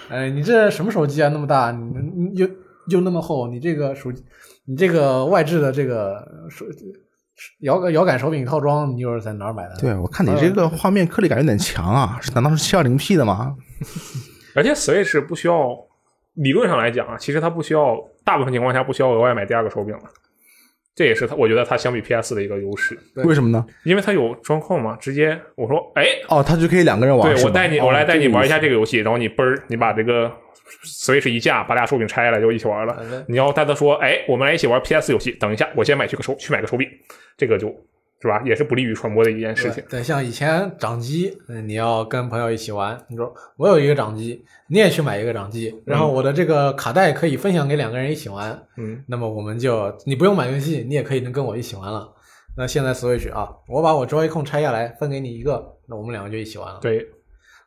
[SPEAKER 1] 哎，你这什么手机啊？那么大，你你又又那么厚，你这个手机，你这个外置的这个手摇杆摇杆手柄套装，你又是在哪儿买的？
[SPEAKER 2] 对，我看你这个画面颗粒感有点强啊，是难道是七二零 P 的吗？
[SPEAKER 3] 而且 Switch 不需要，理论上来讲啊，其实它不需要，大部分情况下不需要额外买第二个手柄了。这也是它，我觉得它相比 PS 的一个优势，
[SPEAKER 1] 对
[SPEAKER 2] 为什么呢？
[SPEAKER 3] 因为它有装控嘛，直接我说，哎，
[SPEAKER 2] 哦，他就可以两个人玩，
[SPEAKER 3] 对
[SPEAKER 2] 是吧
[SPEAKER 3] 我
[SPEAKER 2] 哦
[SPEAKER 3] 带你，我来带
[SPEAKER 1] 哦
[SPEAKER 3] 你玩一下这个游戏，然后你嘣儿，你把这个 Switch 一架，把俩手柄拆下来就一起玩了
[SPEAKER 1] 好的。
[SPEAKER 3] 你要带他说，哎，我们来一起玩 PS 游戏，等一下，我先买去个手去买个手柄，这个就是吧，也是不利于传播的一件事情
[SPEAKER 1] 对。对，像以前掌机，嗯，你要跟朋友一起玩，你说我有一个掌机，你也去买一个掌机，然
[SPEAKER 2] 嗯
[SPEAKER 1] 后我的这个卡带可以分享给两个人一起玩，
[SPEAKER 3] 嗯，
[SPEAKER 1] 那么我们就你不用买游戏，你也可以能跟我一起玩了。那现在 Switch 啊，我把我 Joy-Con 拆下来分给你一个，那我们两个就一起玩了。，
[SPEAKER 3] 对，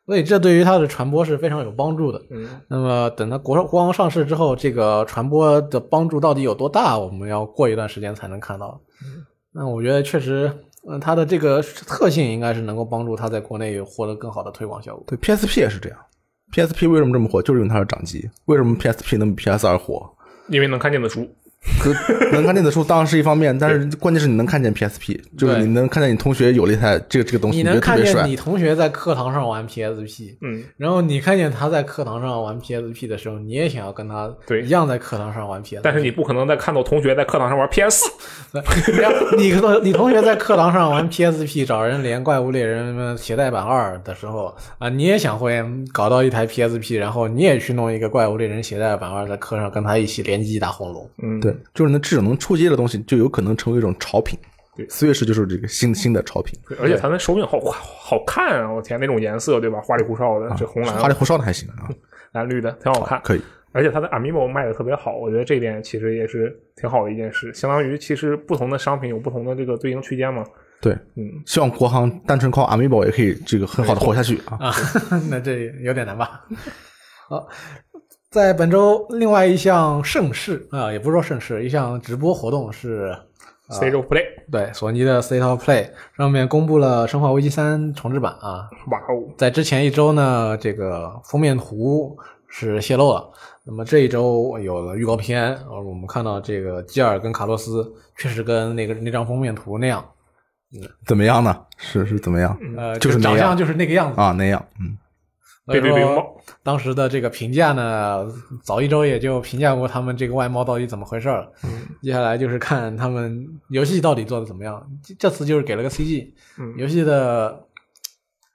[SPEAKER 1] 所以这对于它的传播是非常有帮助的。
[SPEAKER 3] 嗯，
[SPEAKER 1] 那么等它国上国行上市之后，这个传播的帮助到底有多大，我们要过一段时间才能看到。
[SPEAKER 2] 嗯
[SPEAKER 1] 那我觉得确实，嗯，它的这个特性应该是能够帮助它在国内有获得更好的推广效果。
[SPEAKER 2] 对 PSP 也是这样。PSP 为什么这么火？就是因为它是掌机。为什么 PSP 能比 PS 二火？
[SPEAKER 3] 因为能看电子书，
[SPEAKER 2] 可 能看电子书当然是一方面，但是关键是你能看见 PSP，就是
[SPEAKER 1] 对
[SPEAKER 2] 你能看见你同学有了一台这个这个东西，
[SPEAKER 1] 你
[SPEAKER 2] 你觉
[SPEAKER 1] 能
[SPEAKER 2] 得特
[SPEAKER 1] 看
[SPEAKER 2] 别
[SPEAKER 1] 见
[SPEAKER 2] 帅
[SPEAKER 1] 你。同学在课堂上玩 PSP，
[SPEAKER 3] 嗯，
[SPEAKER 1] 然后你看见他在课堂上玩 PSP 的时候，你也想要跟他
[SPEAKER 3] 对
[SPEAKER 1] 一样在课堂上玩 PS，
[SPEAKER 3] 但是你不可能在看到同学在课堂上玩 PS，
[SPEAKER 1] 你可 能你同学在课堂上玩 PSP 找人连怪物猎人呃携带版二的时候啊，你也想会搞到一台 PSP，然后你也去弄一个怪物猎人携带版二在课上跟他一起联机打红 龙。
[SPEAKER 3] 嗯，
[SPEAKER 2] 对，就是你的这种能出街的东西，就有可能成为一种潮品。
[SPEAKER 3] 对
[SPEAKER 2] ，Switch 就是这个新新的潮品，
[SPEAKER 3] 对，而且它那手柄好好看啊！我天，那种颜色对吧？花里胡哨的，这红
[SPEAKER 2] 啊花里
[SPEAKER 3] 蓝
[SPEAKER 2] 胡哨的还行啊，
[SPEAKER 3] 蓝绿的，挺好看。
[SPEAKER 2] 可以。
[SPEAKER 3] 而且它的 Amiibo 卖的特别好，我觉得这一点其实也是挺好的一件事。相当于其实不同的商品有不同的这个对应区间嘛。
[SPEAKER 2] 对，
[SPEAKER 3] 嗯，
[SPEAKER 2] 希望国行单纯靠 Amiibo 也可以这个很好的活下去啊。
[SPEAKER 1] 啊， 那这有点难吧？ 好，在本周另外一项盛事啊，也不是说盛事，一项直播活动是
[SPEAKER 2] 啊
[SPEAKER 3] Stage of Play，
[SPEAKER 1] 对索尼的 State of Play 上面公布了《生化危机三》重置版啊，
[SPEAKER 3] 哇哦，
[SPEAKER 1] 在之前一周呢，这个封面图是泄露了。那么这一周有了预告片，呃，我们看到这个基尔跟卡洛斯确实跟那个那张封面图那样，
[SPEAKER 2] 怎么样呢？是是怎么样
[SPEAKER 1] 呃，
[SPEAKER 2] 就是那
[SPEAKER 1] 长
[SPEAKER 2] 样
[SPEAKER 1] 相就是那个样子。
[SPEAKER 2] 啊？那样，嗯，
[SPEAKER 3] 被绿
[SPEAKER 1] 所以
[SPEAKER 3] 绿
[SPEAKER 1] 说
[SPEAKER 3] 帽，
[SPEAKER 1] 当时的这个评价呢，早一周也就评价过他们这个外貌到底怎么回事儿了。
[SPEAKER 2] 嗯
[SPEAKER 1] 接下来就是看他们游戏到底做的怎么样。这这次就是给了个 CG，、
[SPEAKER 3] 嗯
[SPEAKER 1] 游戏的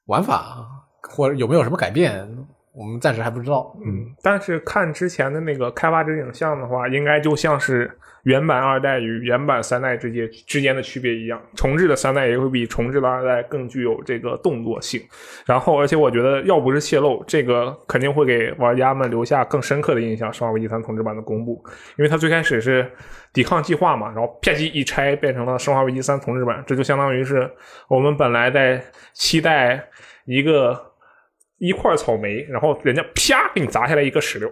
[SPEAKER 1] 玩法啊或者有没有什么改变，我们暂时还不知道。
[SPEAKER 3] 嗯，但是看之前的那个开发者影像的话，应该就像是原版二代与原版三代之间之间的区别一样，重置的三代也会比重置的二代更具有这个动作性。然后，而且我觉得要不是泄露，这个肯定会给玩家们留下更深刻的印象。《生化危机三》重置版的公布，因为它最开始是抵抗计划嘛，然后啪叽一拆变成了《生化危机三》重置版，这就相当于是我们本来在期待一个一块草莓，然后人家啪给你砸下来一个石榴，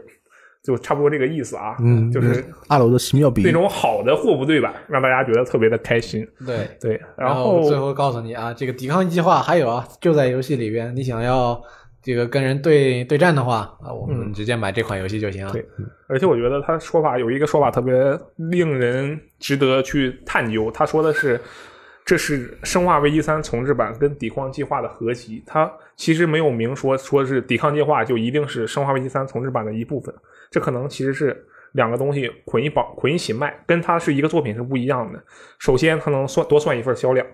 [SPEAKER 3] 就差不多这个意思啊。
[SPEAKER 2] 嗯
[SPEAKER 3] 就是
[SPEAKER 2] 二楼的奇妙比
[SPEAKER 3] 那种好的货不对版，让大家觉得特别的开心。
[SPEAKER 1] 对，
[SPEAKER 3] 对，
[SPEAKER 1] 然
[SPEAKER 3] 后
[SPEAKER 1] 最后告诉你啊，这个抵抗计划还有啊，就在游戏里边，你想要这个跟人对对战的话啊，我们直接买这款游戏就行了。
[SPEAKER 3] 对而且我觉得他说法有一个说法特别令人值得去探究。他说的是，这是《生化危机三》重置版跟《抵抗计划》的合集。它其实没有明说说是《抵抗计划》就一定是《生化危机三》重置版的一部分，这可能其实是两个东西捆一绑、捆一起卖，跟它是一个作品是不一样的。首先，它能算多算一份销量；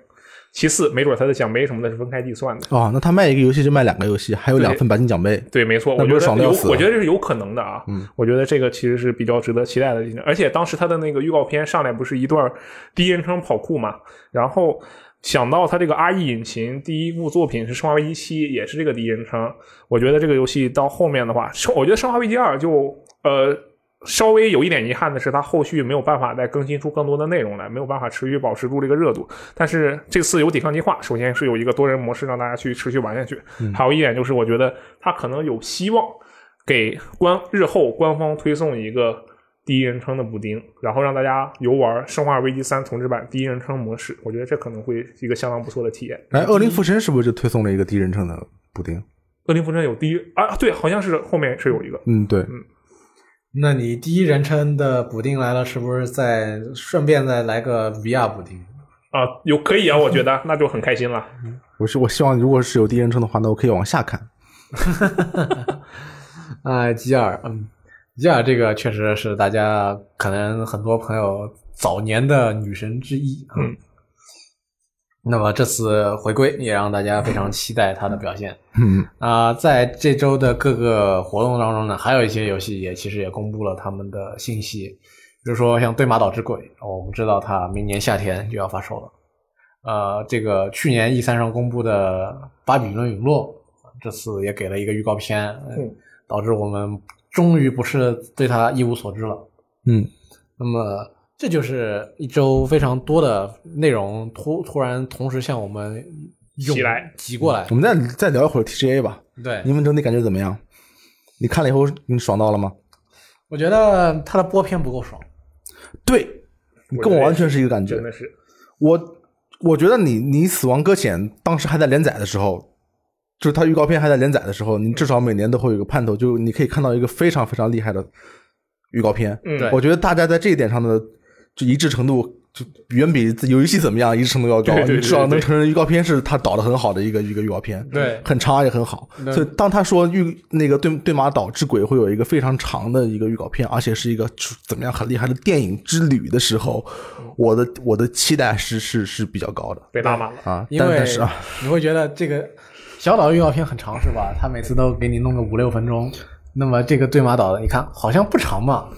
[SPEAKER 3] 其次，没准它的奖杯什么的是分开计算的。
[SPEAKER 2] 哦，那他卖一个游戏就卖两个游戏，还有两份白金奖杯。
[SPEAKER 3] 对，没错，
[SPEAKER 2] 那
[SPEAKER 3] 我
[SPEAKER 2] 不
[SPEAKER 3] 觉
[SPEAKER 2] 是爽
[SPEAKER 3] 得
[SPEAKER 2] 得
[SPEAKER 3] 有
[SPEAKER 2] 要死，
[SPEAKER 3] 我觉得这是有可能的啊。
[SPEAKER 2] 嗯，
[SPEAKER 3] 我觉得这个其实是比较值得期待的一点。而且当时他的那个预告片上来不是一段第一人称跑酷嘛，然后想到他这个 RE 引擎第一部作品是《生化危机七》，也是这个第一人称，我觉得这个游戏到后面的话，生我觉得《生化危机二》就呃。稍微有一点遗憾的是，它后续没有办法再更新出更多的内容来，没有办法持续保持住这个热度。但是这次有抵抗计划，首先是有一个多人模式让大家去持续玩下去，
[SPEAKER 2] 嗯
[SPEAKER 3] 还有一点就是，我觉得它可能有希望给官日后官方推送一个第一人称的补丁，然后让大家游玩《生化危机三》重置版第一人称模式，我觉得这可能会是一个相当不错的体验。
[SPEAKER 2] 哎，恶灵附身是不是就推送了一个第一人称的补丁？
[SPEAKER 3] 恶灵附身有第一啊，对，好像是后面是有一个，
[SPEAKER 2] 嗯，对，
[SPEAKER 1] 那你第一人称的补丁来了，是不是再顺便再来个 VR 补丁？
[SPEAKER 3] 啊，有可以啊，我觉得那就很开心了。
[SPEAKER 2] 我是我希望如果是有第一人称的话，那我可以往下 看。
[SPEAKER 1] 啊，吉尔，嗯，吉尔这个确实是大家可能很多朋友早年的女神之一啊。
[SPEAKER 3] 嗯
[SPEAKER 1] 那么这次回归也让大家非常期待她的表现。
[SPEAKER 2] 嗯，
[SPEAKER 1] 啊、在这周的各个活动当中呢，还有一些游戏也其实也公布了他们的信息，比如说像《对马岛之鬼》，哦我们知道它明年夏天就要发售了。呃，这个去年 E 三上公布的《巴比伦陨落》，这次也给了一个预告片，
[SPEAKER 3] 嗯
[SPEAKER 1] 导致我们终于不是对它一无所知了。
[SPEAKER 2] 嗯，
[SPEAKER 1] 那么这就是一周非常多的内容突突然同时向我们涌
[SPEAKER 3] 袭来
[SPEAKER 1] 挤过来
[SPEAKER 2] 我，们再再聊一会儿 TGA 吧。
[SPEAKER 1] 对，
[SPEAKER 2] 嗯你们整体感觉怎么样？你看了以后，你爽到了吗？
[SPEAKER 1] 我觉得它的播片不够爽。
[SPEAKER 2] 对，你
[SPEAKER 3] 我
[SPEAKER 2] 跟
[SPEAKER 3] 觉
[SPEAKER 2] 我
[SPEAKER 3] 得
[SPEAKER 2] 完全是一个感觉
[SPEAKER 3] 真。的是，
[SPEAKER 2] 我我觉得你你《死亡搁浅》当时还在连载的时候，就是它预告片还在连载的时候，你至少每年都会有一个盼头，就你可以看到一个非常非常厉害的预告片。
[SPEAKER 3] 嗯，
[SPEAKER 1] 对
[SPEAKER 2] 我觉得大家在这一点上的就一致程度，就远比自己游戏怎么样一致程度要高。
[SPEAKER 3] 对对对
[SPEAKER 2] 你至少
[SPEAKER 3] 对对
[SPEAKER 2] 能承认预告片是它导的很好的一个一个预告片。
[SPEAKER 1] 对
[SPEAKER 2] 很长也很好。
[SPEAKER 1] 那
[SPEAKER 2] 所以当他说预那个对对马岛之鬼会有一个非常长的一个预告片，而且是一个怎么样很厉害的电影之旅的时候，我的我的期待是是是比较高的
[SPEAKER 3] 被拉满了。
[SPEAKER 2] 啊。
[SPEAKER 1] 因
[SPEAKER 2] 但
[SPEAKER 1] 为
[SPEAKER 2] 但是啊，
[SPEAKER 1] 你会觉得这个小岛预告片很长是吧？他每次都给你弄个五六分钟，那么这个对马岛的，你看好像不长嘛，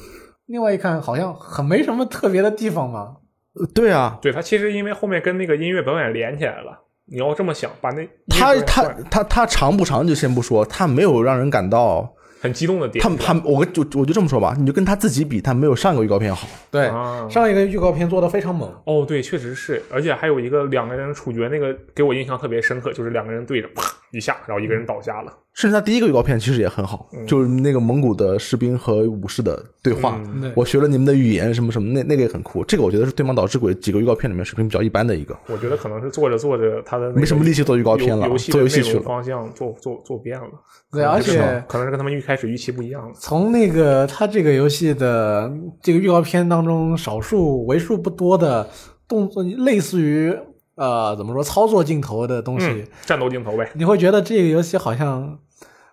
[SPEAKER 1] 另外一看好像很没什么特别的地方嘛。
[SPEAKER 2] 呃对啊，
[SPEAKER 3] 对它其实因为后面跟那个音乐表演连起来了，你要这么想，把那音乐
[SPEAKER 2] 他
[SPEAKER 3] 表演
[SPEAKER 2] 他
[SPEAKER 3] 换
[SPEAKER 2] 他他长不长就先不说，他没有让人感到
[SPEAKER 3] 很激动的点
[SPEAKER 2] 他，他我就我就这么说吧，你就跟他自己比，他没有上个预告片好。
[SPEAKER 1] 对，
[SPEAKER 3] 啊
[SPEAKER 1] 上一个预告片做的非常猛，
[SPEAKER 3] 哦，对，确实是，而且还有一个两个人处决，那个给我印象特别深刻，就是两个人对着，啪一下，然后一个人倒下了。
[SPEAKER 2] 甚至他第一个预告片其实也很好，就是那个蒙古的士兵和武士的对话，
[SPEAKER 3] 嗯
[SPEAKER 1] 对
[SPEAKER 2] 我学了你们的语言什么什么，那那个也很酷。这个我觉得是《对马岛之鬼》几个预告片里面水平比较一般的一个，
[SPEAKER 3] 我觉得可能是做着做着，他的那个
[SPEAKER 2] 没什么力气做预告片了
[SPEAKER 3] 游游戏
[SPEAKER 2] 做游戏
[SPEAKER 3] 的内
[SPEAKER 2] 去
[SPEAKER 3] 容
[SPEAKER 2] 了
[SPEAKER 3] 方向做做做变了。
[SPEAKER 1] 对，
[SPEAKER 3] 可
[SPEAKER 1] 而
[SPEAKER 3] 能是
[SPEAKER 1] 且
[SPEAKER 3] 可能是跟他们一开始预期不一样了。
[SPEAKER 1] 从那个他这个游戏的这个预告片当中，少数为数不多的动作，类似于呃怎么说操作镜头的东西。
[SPEAKER 3] 嗯，战斗镜头呗，
[SPEAKER 1] 你会觉得这个游戏好像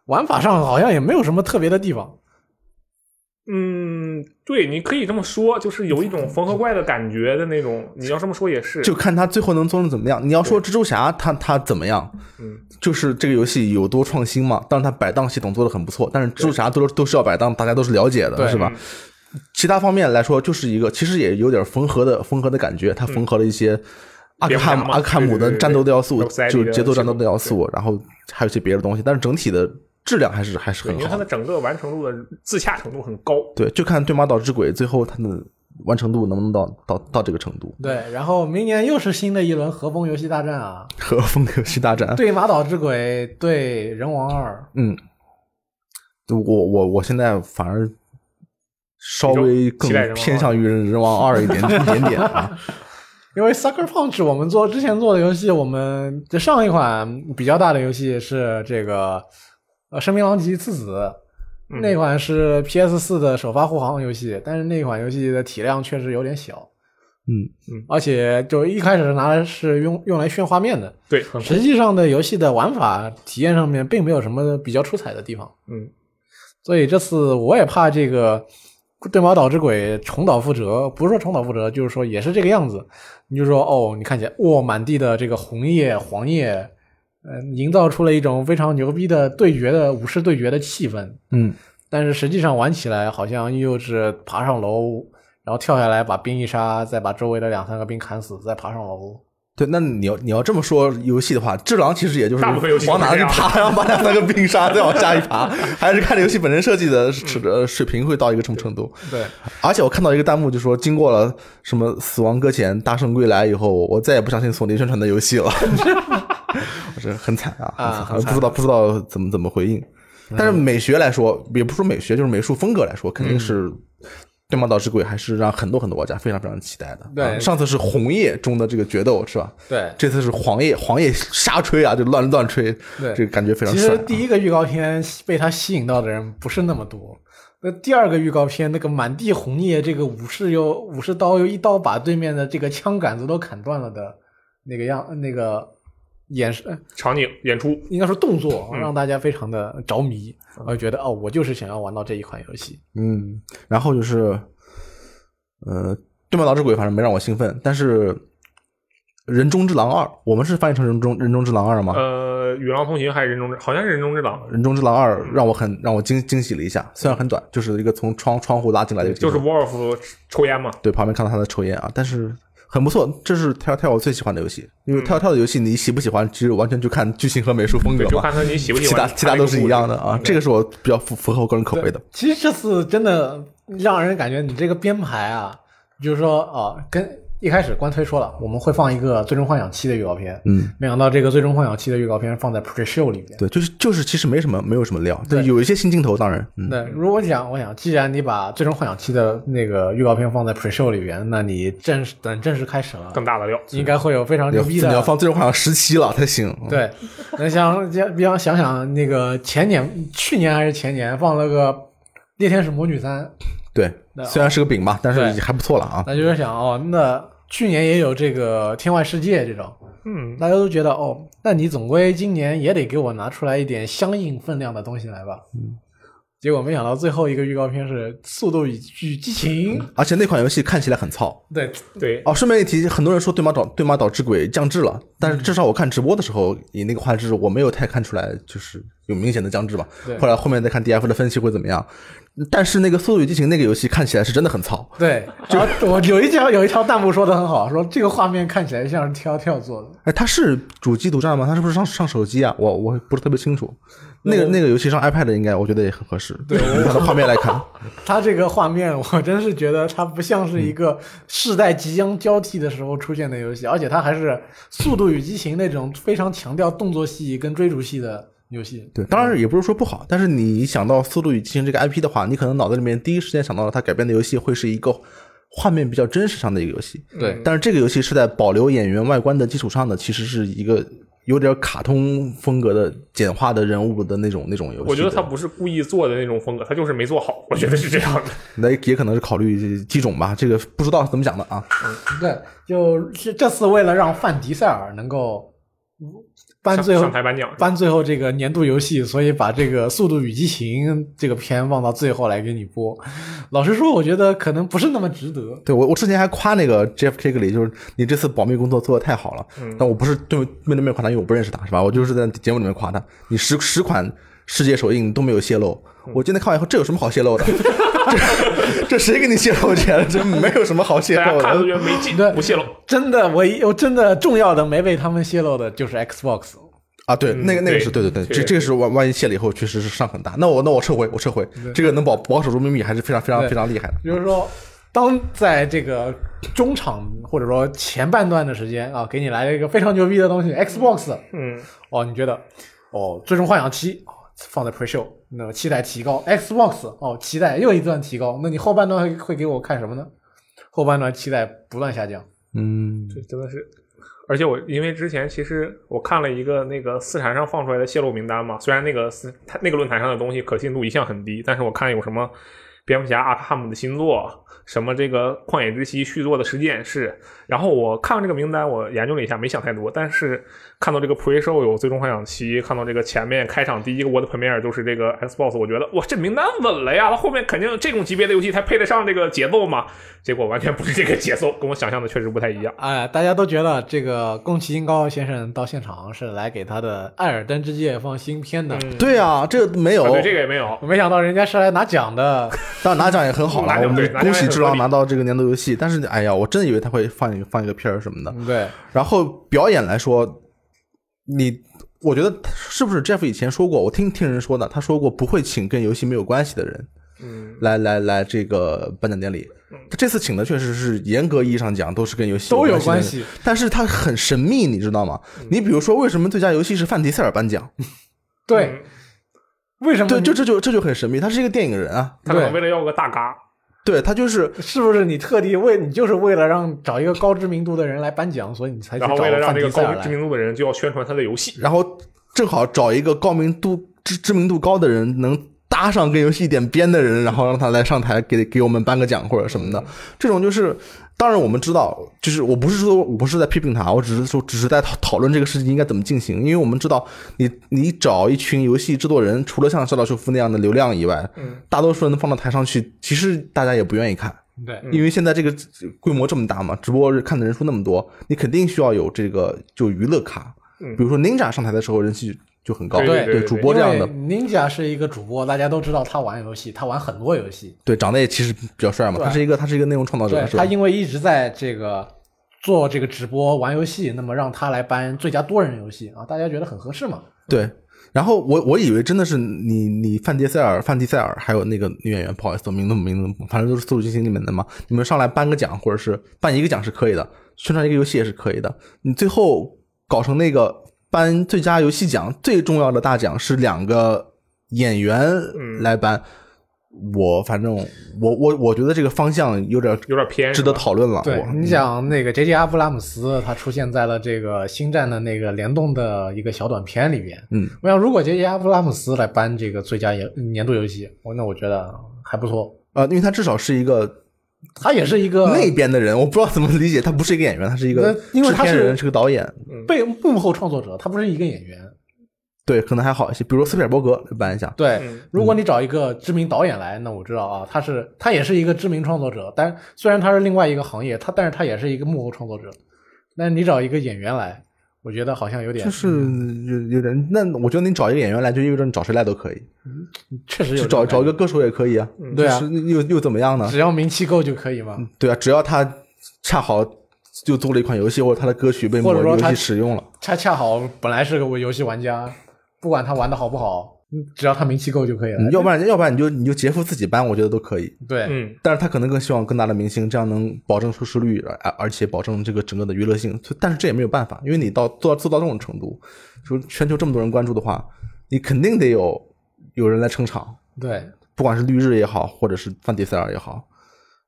[SPEAKER 1] 玩法上好像也没有什么特别的地方。
[SPEAKER 3] 嗯，对，你可以这么说，就是有一种缝合怪的感觉的那种。你要这么说也是，
[SPEAKER 2] 就看他最后能做成怎么样。你要说蜘蛛侠他他怎么样，
[SPEAKER 3] 嗯，
[SPEAKER 2] 就是这个游戏有多创新嘛？当然，它摆档系统做的很不错，但是蜘蛛侠都都是要摆档，大家都是了解
[SPEAKER 1] 对
[SPEAKER 2] 的，是吧？其他方面来说，就是一个其实也有点缝合的缝合的感觉，它缝合了一些阿克汉
[SPEAKER 3] 蝙蝠侠
[SPEAKER 2] 姆
[SPEAKER 3] 嘛
[SPEAKER 2] 阿克汉姆
[SPEAKER 3] 对对
[SPEAKER 2] 的
[SPEAKER 3] 对
[SPEAKER 2] 战斗的要素，
[SPEAKER 3] 还有塞利
[SPEAKER 2] 就是
[SPEAKER 3] 的
[SPEAKER 2] 节奏战斗的要
[SPEAKER 3] 系
[SPEAKER 2] 素，然后还有一些别的东西，但是整体的质量还是还是
[SPEAKER 3] 对，
[SPEAKER 2] 很
[SPEAKER 3] 因为
[SPEAKER 2] 好
[SPEAKER 3] 它的。整个完成度的自洽程度很高。
[SPEAKER 2] 对，就看《对马岛之鬼》最后它的完成度能不能到到到这个程度。
[SPEAKER 1] 对，然后明年又是新的一轮和风游戏大战 啊，
[SPEAKER 2] 和风游戏大战，
[SPEAKER 1] 对《马岛之鬼》对《人王二
[SPEAKER 2] 嗯，我我我现在反而稍微更
[SPEAKER 3] 期待人王二
[SPEAKER 2] 偏向于人人王二一 点一点点啊。》，
[SPEAKER 1] 因为 Sucker Punch 我们做之前做的游戏，我们这上一款比较大的游戏是这个呃《声名狼藉次子》。
[SPEAKER 3] 嗯
[SPEAKER 1] 那款是 PS 四的首发护航游戏，但是那款游戏的体量确实有点小，
[SPEAKER 2] 嗯，
[SPEAKER 1] 而且就一开始拿来是用用来炫画面的，
[SPEAKER 3] 对，
[SPEAKER 1] 实际上的游戏的玩法体验上面并没有什么比较出彩的地方，
[SPEAKER 3] 嗯，
[SPEAKER 1] 所以这次我也怕这个《对猫岛之鬼》重蹈覆辙，不是说重蹈覆辙，就是说也是这个样子。你就说哦，你看起来哇、满地的这个红叶、黄叶，呃，营造出了一种非常牛逼的对决的武士对决的气氛，
[SPEAKER 2] 嗯，
[SPEAKER 1] 但是实际上玩起来好像又是爬上楼，然后跳下来把兵一杀，再把周围的两三个兵砍死，再爬上楼。
[SPEAKER 2] 对，那你要你要这么说游戏的话，智狼其实也就是
[SPEAKER 3] 大部分游戏都
[SPEAKER 2] 往
[SPEAKER 3] 是
[SPEAKER 2] 哪
[SPEAKER 3] 这
[SPEAKER 2] 去
[SPEAKER 3] 样
[SPEAKER 2] 爬， 然后把两三个冰杀，再往下一爬，还是看这游戏本身设计的水呃水平会到一个什么程度。
[SPEAKER 1] 对，
[SPEAKER 2] 而且我看到一个弹幕就说，经过了什么《死亡搁浅》《大圣归来》以后，我再也不相信索尼宣传的游戏 了。我这很惨啊，
[SPEAKER 1] 啊嗯
[SPEAKER 2] 很惨不知道不知道怎么怎么回应。但是美学来说，也不说美学，就是美术风格来说，肯定是《
[SPEAKER 1] 嗯
[SPEAKER 2] 对马岛之鬼》还是让很多很多玩家非常非常期待的。
[SPEAKER 1] 对
[SPEAKER 2] 啊上次是红叶中的这个决斗是吧？
[SPEAKER 1] 对
[SPEAKER 2] 这次是黄叶，黄叶瞎吹啊，就乱乱吹，
[SPEAKER 1] 对
[SPEAKER 2] 这个感觉非常
[SPEAKER 1] 其
[SPEAKER 2] 帅
[SPEAKER 1] 实
[SPEAKER 2] 啊。
[SPEAKER 1] 第一个预告片被他吸引到的人不是那么多。那第二个预告片，那个满地红叶，这个武士又武士刀又一刀把对面的这个枪杆子都砍断了的那个样，那个眼神，
[SPEAKER 3] 场景演出，
[SPEAKER 1] 应该说动作，
[SPEAKER 2] 嗯
[SPEAKER 1] 让大家非常的着迷，然后觉得哦，我就是想要玩到这一款游戏。
[SPEAKER 2] 嗯，然后就是，呃，《对马岛之鬼》反正没让我兴奋，但是《人中之狼二》，我们是翻译成人中人中之狼二吗？
[SPEAKER 3] 呃，与狼同行还是人中之，好像是人中之狼，
[SPEAKER 2] 人中之狼二让我很让我惊惊喜了一下，虽然很短，就是一个从窗窗户拉进来的一个
[SPEAKER 3] 就是
[SPEAKER 2] 镜头
[SPEAKER 3] Wolf 抽烟嘛，
[SPEAKER 2] 对旁边看到他在抽烟啊，但是很不错，这是跳跳我最喜欢的游戏，因为跳跳的游戏你喜不喜欢，其实完全就看剧情和美术风格
[SPEAKER 3] 嗯对，就
[SPEAKER 2] 嘛
[SPEAKER 3] 看，看你喜不喜
[SPEAKER 2] 其
[SPEAKER 3] 欢
[SPEAKER 2] 他
[SPEAKER 3] 看
[SPEAKER 2] 其他
[SPEAKER 3] 这个
[SPEAKER 2] 都
[SPEAKER 3] 故事。
[SPEAKER 2] 是一样的啊，这个是我比较符符合我个人口味的。
[SPEAKER 1] 其实这次真的让人感觉你这个编排啊，就是说啊，跟一开始官推说了，我们会放一个《最终幻想七》的预告片，
[SPEAKER 2] 嗯，
[SPEAKER 1] 没想到这个《最终幻想七》的预告片放在 Pre Show 里边。
[SPEAKER 2] 对，就是就是其实没什么没有什么料，但有一些新镜头，当然，嗯，
[SPEAKER 1] 那如果讲，我想，既然你把《最终幻想七》的那个预告片放在 Pre Show 里边，那你正式等正式开始了，
[SPEAKER 3] 更大的料，
[SPEAKER 1] 应该会有非常
[SPEAKER 2] 你要
[SPEAKER 1] 牛逼的
[SPEAKER 2] 你要放最终幻想十七了才行。嗯，
[SPEAKER 1] 对，那像像比方想想那个前年、去年还是前年放了个《猎天使魔女三》，那
[SPEAKER 2] 对，虽然是个饼吧，但是
[SPEAKER 1] 对
[SPEAKER 2] 也还不错了啊。
[SPEAKER 1] 那就是想哦，那去年也有这个《天外世界》这种，
[SPEAKER 3] 嗯，
[SPEAKER 1] 大家都觉得哦，那你总归今年也得给我拿出来一点相应分量的东西来吧。嗯，结果没想到最后一个预告片是《速度与与激情》，
[SPEAKER 2] 而且那款游戏看起来很糙
[SPEAKER 1] 对，
[SPEAKER 3] 对，
[SPEAKER 2] 哦。顺便一提，很多人说《对马岛对马岛之鬼》降质了，但
[SPEAKER 1] 嗯
[SPEAKER 2] 是至少我看直播的时候，以那个画质，我没有太看出来就是有明显的降质吧
[SPEAKER 1] 对。
[SPEAKER 2] 后来后面再看 D F 的分析会怎么样。但是那个《速度与激情》那个游戏看起来是真的很糙，
[SPEAKER 1] 对，然后我有一条有一条弹幕说的很好，说这个画面看起来像是跳跳做的。
[SPEAKER 2] 哎，它是主机独占吗？它是不是上上手机啊？我我不是特别清楚。那个那个游戏上 iPad 应该，我觉得也很合适。 对，它的画面来看，
[SPEAKER 1] 它这个画面，我真是觉得它不像是一个世代即将交替的时候出现的游戏，而且它还是《速度与激情》那种非常强调动作戏跟追逐戏的游戏。
[SPEAKER 2] 对，当然也不是说不好，但是你想到《速度与激情》这个 IP 的话，你可能脑子里面第一时间想到了它改编的游戏会是一个画面比较真实上的一个游戏。
[SPEAKER 1] 对
[SPEAKER 2] 但是这个游戏是在保留演员外观的基础上的，其实是一个有点卡通风格的简化的人物的那种那种游戏的。
[SPEAKER 3] 我觉得他不是故意做的那种风格，他就是没做好，我觉得是这样的。
[SPEAKER 2] 那也可能是考虑机种吧，这个不知道怎么讲的啊。
[SPEAKER 1] 对，就是这次为了让范迪塞尔能够颁
[SPEAKER 3] 上
[SPEAKER 1] 最后
[SPEAKER 3] 上台颁奖，
[SPEAKER 1] 颁最后这个年度游戏，所以把这个《速度与激情》这个片放到最后来给你播。老实说，我觉得可能不是那么值得。
[SPEAKER 2] 对我，我之前还夸那个 Jeff Kigley，就是你这次保密工作做的太好了。
[SPEAKER 3] 嗯
[SPEAKER 2] 但我不是对面对面夸他，因为我不认识他，是吧？我就是在节目里面夸他。你十十款世界首映都没有泄露，
[SPEAKER 3] 嗯
[SPEAKER 2] 我今天看完以后，这有什么好泄露的？ 这这谁给你泄露钱了？ 这没有什么好泄
[SPEAKER 3] 大家
[SPEAKER 2] 露
[SPEAKER 3] 看都觉
[SPEAKER 2] 的。
[SPEAKER 3] 得没劲
[SPEAKER 1] 对，
[SPEAKER 3] 不泄露。
[SPEAKER 1] 真的，我一我真的重要的没被他们泄露的就是 Xbox。
[SPEAKER 2] 啊，对，那个那个是对
[SPEAKER 3] 嗯对
[SPEAKER 2] 对对，
[SPEAKER 3] 确
[SPEAKER 2] 这
[SPEAKER 3] 实
[SPEAKER 2] 这个是万万一泄了以后，确实是伤很大。那我那我撤回，我撤回，这个能保保守住秘密还是非常非常
[SPEAKER 1] 对
[SPEAKER 2] 非常厉害的。
[SPEAKER 1] 比如说，当在这个中场或者说前半段的时间啊，给你来了一个非常牛逼的东西，Xbox，
[SPEAKER 3] 嗯，
[SPEAKER 1] 哦，你觉得哦，最终幻想七哦放在 Pre Show，那么期待提高，Xbox 哦，期待又一段提高，那你后半段会会给我看什么呢？后半段期待不断下降，
[SPEAKER 2] 嗯，
[SPEAKER 3] 这真的是。而且我因为之前其实我看了一个那个四产上放出来的泄露名单嘛，虽然那个四它那个论坛上的东西可信度一向很低，但是我看有什么蝙蝠侠阿卡姆的新作，什么这个旷野之息续作的实际演示。然后我看完这个名单，我研究了一下，没想太多。但是看到这个 pre show 有最终幻想七，看到这个前面开场第一个 World Premiere 就是这个 Xbox，我觉得哇，这名单稳了呀！它后面肯定这种级别的游戏才配得上这个节奏嘛。结果完全不是这个节奏，跟我想象的确实不太一样。
[SPEAKER 1] 哎，大家都觉得这个宫崎英高先生到现场是来给他的《艾尔登之戒》放新片的，
[SPEAKER 3] 嗯，
[SPEAKER 2] 对啊，这个没有
[SPEAKER 3] 啊，对这个也没有。
[SPEAKER 1] 我没想到人家是来拿奖的。
[SPEAKER 2] 当然拿奖也很好了
[SPEAKER 3] 拿，奖
[SPEAKER 2] 我们
[SPEAKER 3] 对拿奖也
[SPEAKER 2] 恭喜
[SPEAKER 3] 很
[SPEAKER 2] 智
[SPEAKER 3] 合
[SPEAKER 2] 狼
[SPEAKER 3] 理
[SPEAKER 2] 拿到这个年度游戏。但是，哎呀，我真以为他会放一个放一个片儿什么的。
[SPEAKER 1] 嗯对，
[SPEAKER 2] 然后表演来说，你我觉得是不是 Jeff 以前说过？我听听人说的，他说过不会请跟游戏没有关系的人
[SPEAKER 3] 嗯，
[SPEAKER 2] 来来来这个颁奖典礼。他这次请的确实是严格意义上讲都是跟游戏
[SPEAKER 1] 都有
[SPEAKER 2] 关
[SPEAKER 1] 关
[SPEAKER 2] 系的人，
[SPEAKER 1] 系。
[SPEAKER 2] 但是他很神秘，你知道吗？
[SPEAKER 3] 嗯
[SPEAKER 2] 你比如说，为什么最佳游戏是范迪塞尔颁奖？
[SPEAKER 3] 嗯
[SPEAKER 1] 对，为什么？
[SPEAKER 2] 对，就这就这就很神秘，他是一个电影人啊。
[SPEAKER 3] 他可能
[SPEAKER 1] 对
[SPEAKER 3] 为了要个大咖，
[SPEAKER 2] 对他就是
[SPEAKER 1] 是不是你特地为你就是为了让找一个高知名度的人来颁奖，所以你才去
[SPEAKER 3] 然
[SPEAKER 1] 找
[SPEAKER 3] 后为了让
[SPEAKER 1] 范
[SPEAKER 3] 这
[SPEAKER 1] 迪
[SPEAKER 3] 个
[SPEAKER 1] 塞
[SPEAKER 3] 高
[SPEAKER 1] 尔
[SPEAKER 3] 知
[SPEAKER 1] 来？
[SPEAKER 3] 名度的人就要宣传他的游戏，
[SPEAKER 2] 然后正好找一个高明度知知名度高的人，能搭上跟游戏一点边的人，然后让他来上台给给我们颁个奖或者什么的。这种就是，当然我们知道，就是我不是说我不是在批评他，我只是说只是在讨讨论这个事情应该怎么进行，因为我们知道你你找一群游戏制作人，除了像小岛秀夫那样的流量以外，
[SPEAKER 3] 嗯，
[SPEAKER 2] 大多数人放到台上去，其实大家也不愿意看。
[SPEAKER 1] 对，
[SPEAKER 3] 嗯
[SPEAKER 2] 因为现在这个规模这么大嘛，直播看的人数那么多，你肯定需要有这个就娱乐咖，
[SPEAKER 3] 嗯
[SPEAKER 2] 比如说 Ninja 上台的时候人气就很高，
[SPEAKER 3] 对
[SPEAKER 1] 对
[SPEAKER 3] 对对
[SPEAKER 2] 主播这样的，
[SPEAKER 1] 宁甲是一个主播，大家都知道他玩游戏，他玩很多游戏。
[SPEAKER 2] 对，长得也其实比较帅嘛，
[SPEAKER 1] 对
[SPEAKER 2] 他是一个他是一个内容创造者，
[SPEAKER 1] 对
[SPEAKER 2] 哦是
[SPEAKER 1] 他
[SPEAKER 2] 吧？
[SPEAKER 1] 因为一直在这个做这个直播玩游戏，那么让他来颁最佳多人游戏啊，大家觉得很合适嘛？
[SPEAKER 2] 对。然后我我以为真的是你你范迪塞尔范迪塞尔还有那个女演员，不好意思，我名字名字反正都是《速度与激情》里面的嘛，你们上来颁个奖或者是颁一个奖是可以的，宣传一个游戏也是可以的。你最后搞成那个颁最佳游戏奖，最重要的大奖是两个演员
[SPEAKER 3] 嗯
[SPEAKER 2] 来颁，我反正我我我觉得这个方向有点
[SPEAKER 3] 有点偏，
[SPEAKER 2] 值得
[SPEAKER 3] 是吧
[SPEAKER 2] 讨论了。
[SPEAKER 1] 对
[SPEAKER 2] 我
[SPEAKER 1] 你想那个杰杰阿布拉姆斯，他出现在了这个《星战》的那个联动的一个小短片里面。
[SPEAKER 2] 嗯，
[SPEAKER 1] 我想如果杰杰阿布拉姆斯来颁这个最佳年年度游戏，我那我觉得还不错。
[SPEAKER 2] 呃，因为他至少是一个
[SPEAKER 1] 他也是一个
[SPEAKER 2] 那边的人，我不知道怎么理解，他不是一个演员，他是一个
[SPEAKER 1] 呃那因为他
[SPEAKER 2] 制
[SPEAKER 1] 是
[SPEAKER 2] 片人，是个导演。
[SPEAKER 1] 被幕后创作者，他不是一个演员。
[SPEAKER 2] 对，可能还好一些。比如斯皮尔伯格搬一下，
[SPEAKER 1] 对，
[SPEAKER 3] 嗯
[SPEAKER 1] 如果你找一个知名导演来，那我知道啊，他是他也是一个知名创作者，但虽然他是另外一个行业，他但是他也是一个幕后创作者。那你找一个演员来，我觉得好像有点，
[SPEAKER 2] 就是有有点。那我觉得你找一个演员来，就意味着你找谁来都可以，
[SPEAKER 1] 确实有
[SPEAKER 2] 就
[SPEAKER 1] 这种感
[SPEAKER 2] 找
[SPEAKER 1] 觉
[SPEAKER 2] 找一个歌手也可以啊。
[SPEAKER 1] 对啊
[SPEAKER 2] 就是又又怎么样呢？
[SPEAKER 1] 只要名气够就可以嘛。
[SPEAKER 2] 对啊，只要他恰好就做了一款游戏，或者他的歌曲被某
[SPEAKER 1] 或者
[SPEAKER 2] 个
[SPEAKER 1] 说
[SPEAKER 2] 游
[SPEAKER 1] 他
[SPEAKER 2] 戏使用了，
[SPEAKER 1] 恰恰好本来是个游戏玩家，不管他玩的好不好，嗯只要他名气够就可以了。
[SPEAKER 2] 嗯要不然要不然你就你就杰夫自己搬，我觉得都可以。
[SPEAKER 1] 对，
[SPEAKER 3] 嗯，
[SPEAKER 2] 但是他可能更希望更大的明星，这样能保证收视率，而而且保证这个整个的娱乐性。所以但是这也没有办法，因为你到做到做到这种程度，说全球这么多人关注的话，你肯定得有有人来撑场，
[SPEAKER 1] 对，
[SPEAKER 2] 不管是绿日也好，或者是范迪塞尔也好，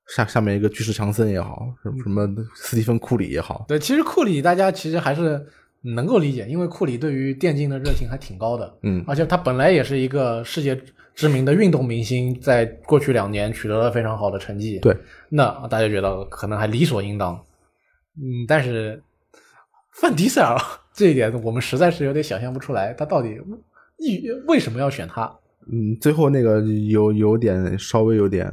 [SPEAKER 2] 下下面一个巨石强森也好，什么什么斯蒂芬库里也好，
[SPEAKER 1] 对，其实库里大家其实还是能够理解，因为库里对于电竞的热情还挺高的，
[SPEAKER 2] 嗯
[SPEAKER 1] 而且他本来也是一个世界知名的运动明星，在过去两年取得了非常好的成绩。
[SPEAKER 2] 对，
[SPEAKER 1] 那大家觉得可能还理所应当，嗯，但是范迪塞尔 这一点我们实在是有点想象不出来，他到底意为什么要选他？
[SPEAKER 2] 嗯，最后那个有有点稍微有点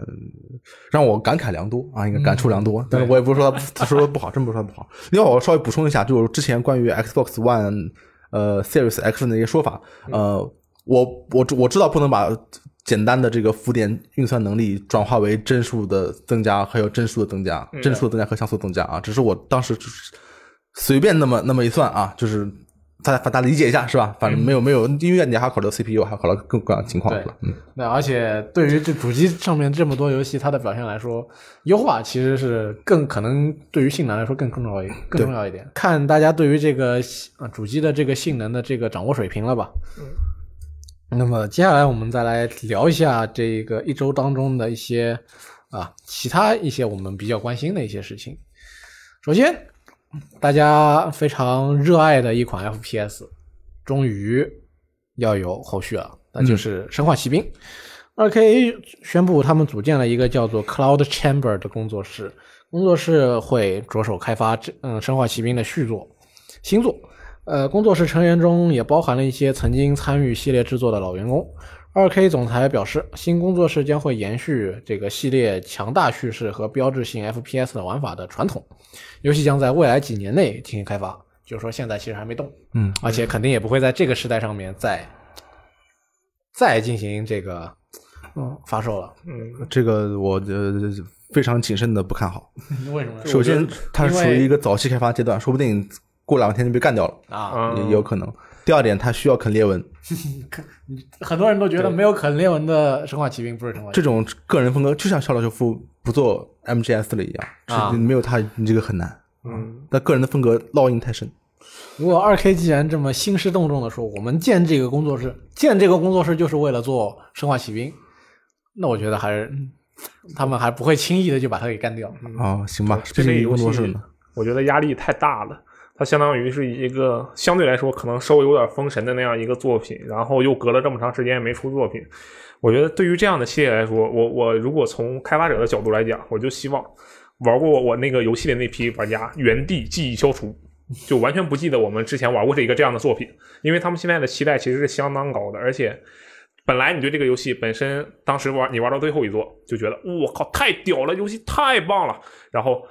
[SPEAKER 2] 让我感慨良多啊，应该感触良多。但是我也不是说他不他说的不好，真不是说他不好。另外，我稍微补充一下，就是之前关于 Xbox One 呃 Series X 的那些说法，呃，我我知我知道不能把简单的这个浮点运算能力转化为帧数的增加，还有帧数的增加，帧数的增加和像素增加啊，只是我当时就是随便那么那么一算啊，就是。大家大家理解一下是吧？反正没有没有，因为你还要考虑到 CPU，还要考虑到各各样的情况
[SPEAKER 1] 对
[SPEAKER 2] 是吧？嗯，
[SPEAKER 1] 那而且对于这主机上面这么多游戏，它的表现来说，优化其实是更可能对于性能来说更更重要一更重要一点。看大家对于这个啊主机的这个性能的这个掌握水平了吧。嗯。那么接下来我们再来聊一下这个一周当中的一些啊其他一些我们比较关心的一些事情。首先，大家非常热爱的一款 FPS，终于要有后续了，那就是《生化奇兵》二 K 宣布他们组建了一个叫做 Cloud Chamber 的工作室，工作室会着手开发这嗯《生化奇兵》的续作、新作。呃，工作室成员中也包含了一些曾经参与系列制作的老员工。二 K 总裁表示，新工作室将会延续这个系列强大叙事和标志性 FPS 的玩法的传统，游戏将在未来几年内进行开发。就是说，现在其实还没动，
[SPEAKER 2] 嗯，
[SPEAKER 1] 而且肯定也不会在这个时代上面再再进行这个嗯发售了。
[SPEAKER 3] 嗯，
[SPEAKER 2] 这个我呃非常谨慎的不看好。
[SPEAKER 1] 为什么
[SPEAKER 2] 首先，它
[SPEAKER 1] 因为
[SPEAKER 2] 属于一个早期开发阶段，说不定过两天就被干掉了，
[SPEAKER 1] 啊？
[SPEAKER 3] 啊
[SPEAKER 2] 也也有可能。第二点，它需要啃裂纹，
[SPEAKER 1] 很多人都觉得没有肯列文的《生化奇兵》不是《生化奇
[SPEAKER 2] 这种个人风格就像肖老修夫不做 MGS 了一样，
[SPEAKER 1] 啊
[SPEAKER 2] 是没有他你这个很难。
[SPEAKER 3] 嗯，
[SPEAKER 2] 但个人的风格烙印太深，
[SPEAKER 1] 如果二 K 既然这么兴师动众的说，我们建这个工作室，建这个工作室就是为了做《生化奇兵》，那我觉得还是
[SPEAKER 3] 嗯
[SPEAKER 1] 他们还不会轻易的就把它给干掉。
[SPEAKER 2] 哦，行吧，毕
[SPEAKER 3] 这
[SPEAKER 2] 竟
[SPEAKER 3] 类
[SPEAKER 2] 一
[SPEAKER 3] 游
[SPEAKER 2] 共多
[SPEAKER 3] 戏
[SPEAKER 2] 是呢，
[SPEAKER 3] 我觉得压力太大了。它相当于是一个相对来说可能稍微有点封神的那样一个作品，然后又隔了这么长时间也没出作品。我觉得对于这样的系列来说，我我如果从开发者的角度来讲，我就希望玩过我那个游戏的那批玩家原地记忆消除，就完全不记得我们之前玩过这一个这样的作品，因为他们现在的期待其实是相当高的，而且本来你对这个游戏本身当时玩你玩到最后一座就觉得我靠太屌了，游戏太棒了，然后。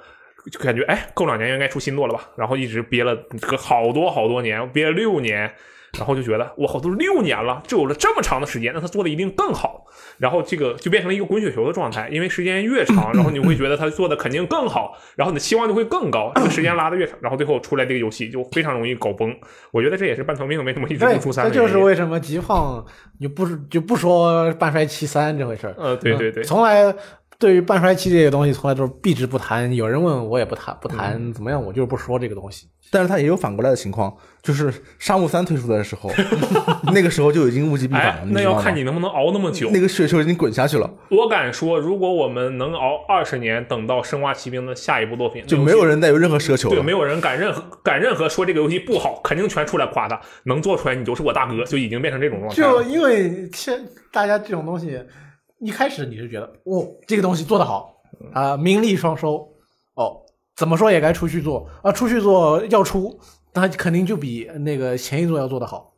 [SPEAKER 3] 就感觉哎，过两年应该出新作了吧？然后一直憋了隔好多好多年，憋了六年，然后就觉得我靠，都六年了，这有了这么长的时间，那他做的一定更好。然后这个就变成了一个滚雪球的状态，因为时间越长，然后你会觉得他做的肯定更好，然后你的期望就会更高，这个时间拉的越长，然后最后出来这个游戏就非常容易搞崩。我觉得这也是半条命为什么一直
[SPEAKER 1] 对，
[SPEAKER 3] 不出
[SPEAKER 1] 这
[SPEAKER 3] 三的
[SPEAKER 1] 就是
[SPEAKER 3] 原因
[SPEAKER 1] 为什么极胖就不就不说半衰期三这回事儿。
[SPEAKER 3] 呃，对对对，
[SPEAKER 1] 从来对于半衰期这个东西，从来都是避之不谈。有人问我也不谈，不谈、
[SPEAKER 3] 嗯
[SPEAKER 1] 怎么样，我就是不说这个东西。
[SPEAKER 2] 但是它也有反过来的情况，就是《沙漠三》推出的时 候，那个时候就已经物极必反
[SPEAKER 3] 哎
[SPEAKER 2] 了，，
[SPEAKER 3] 那
[SPEAKER 2] 知道
[SPEAKER 3] 要
[SPEAKER 2] 吗
[SPEAKER 3] 看你能不能熬那么久。
[SPEAKER 2] 那个雪球已经滚下去了，
[SPEAKER 3] 我敢说，如果我们能熬二十年，等到《生化奇兵》的下一部作品，
[SPEAKER 2] 就
[SPEAKER 3] 那
[SPEAKER 2] 没
[SPEAKER 3] 游戏
[SPEAKER 2] 有人再有任何奢求
[SPEAKER 3] 对，
[SPEAKER 2] 了
[SPEAKER 3] 没。有人敢任何敢任何说这个游戏不好，肯定全出来夸他。能做出来，你就是我大哥，就已经变成这种状态
[SPEAKER 1] 就
[SPEAKER 3] 了。
[SPEAKER 1] 因为现大家这种东西，一开始你是觉得哦，这个东西做得好啊、名利双收哦，怎么说也该出去做啊，出去做要出，那肯定就比那个前一座要做得好。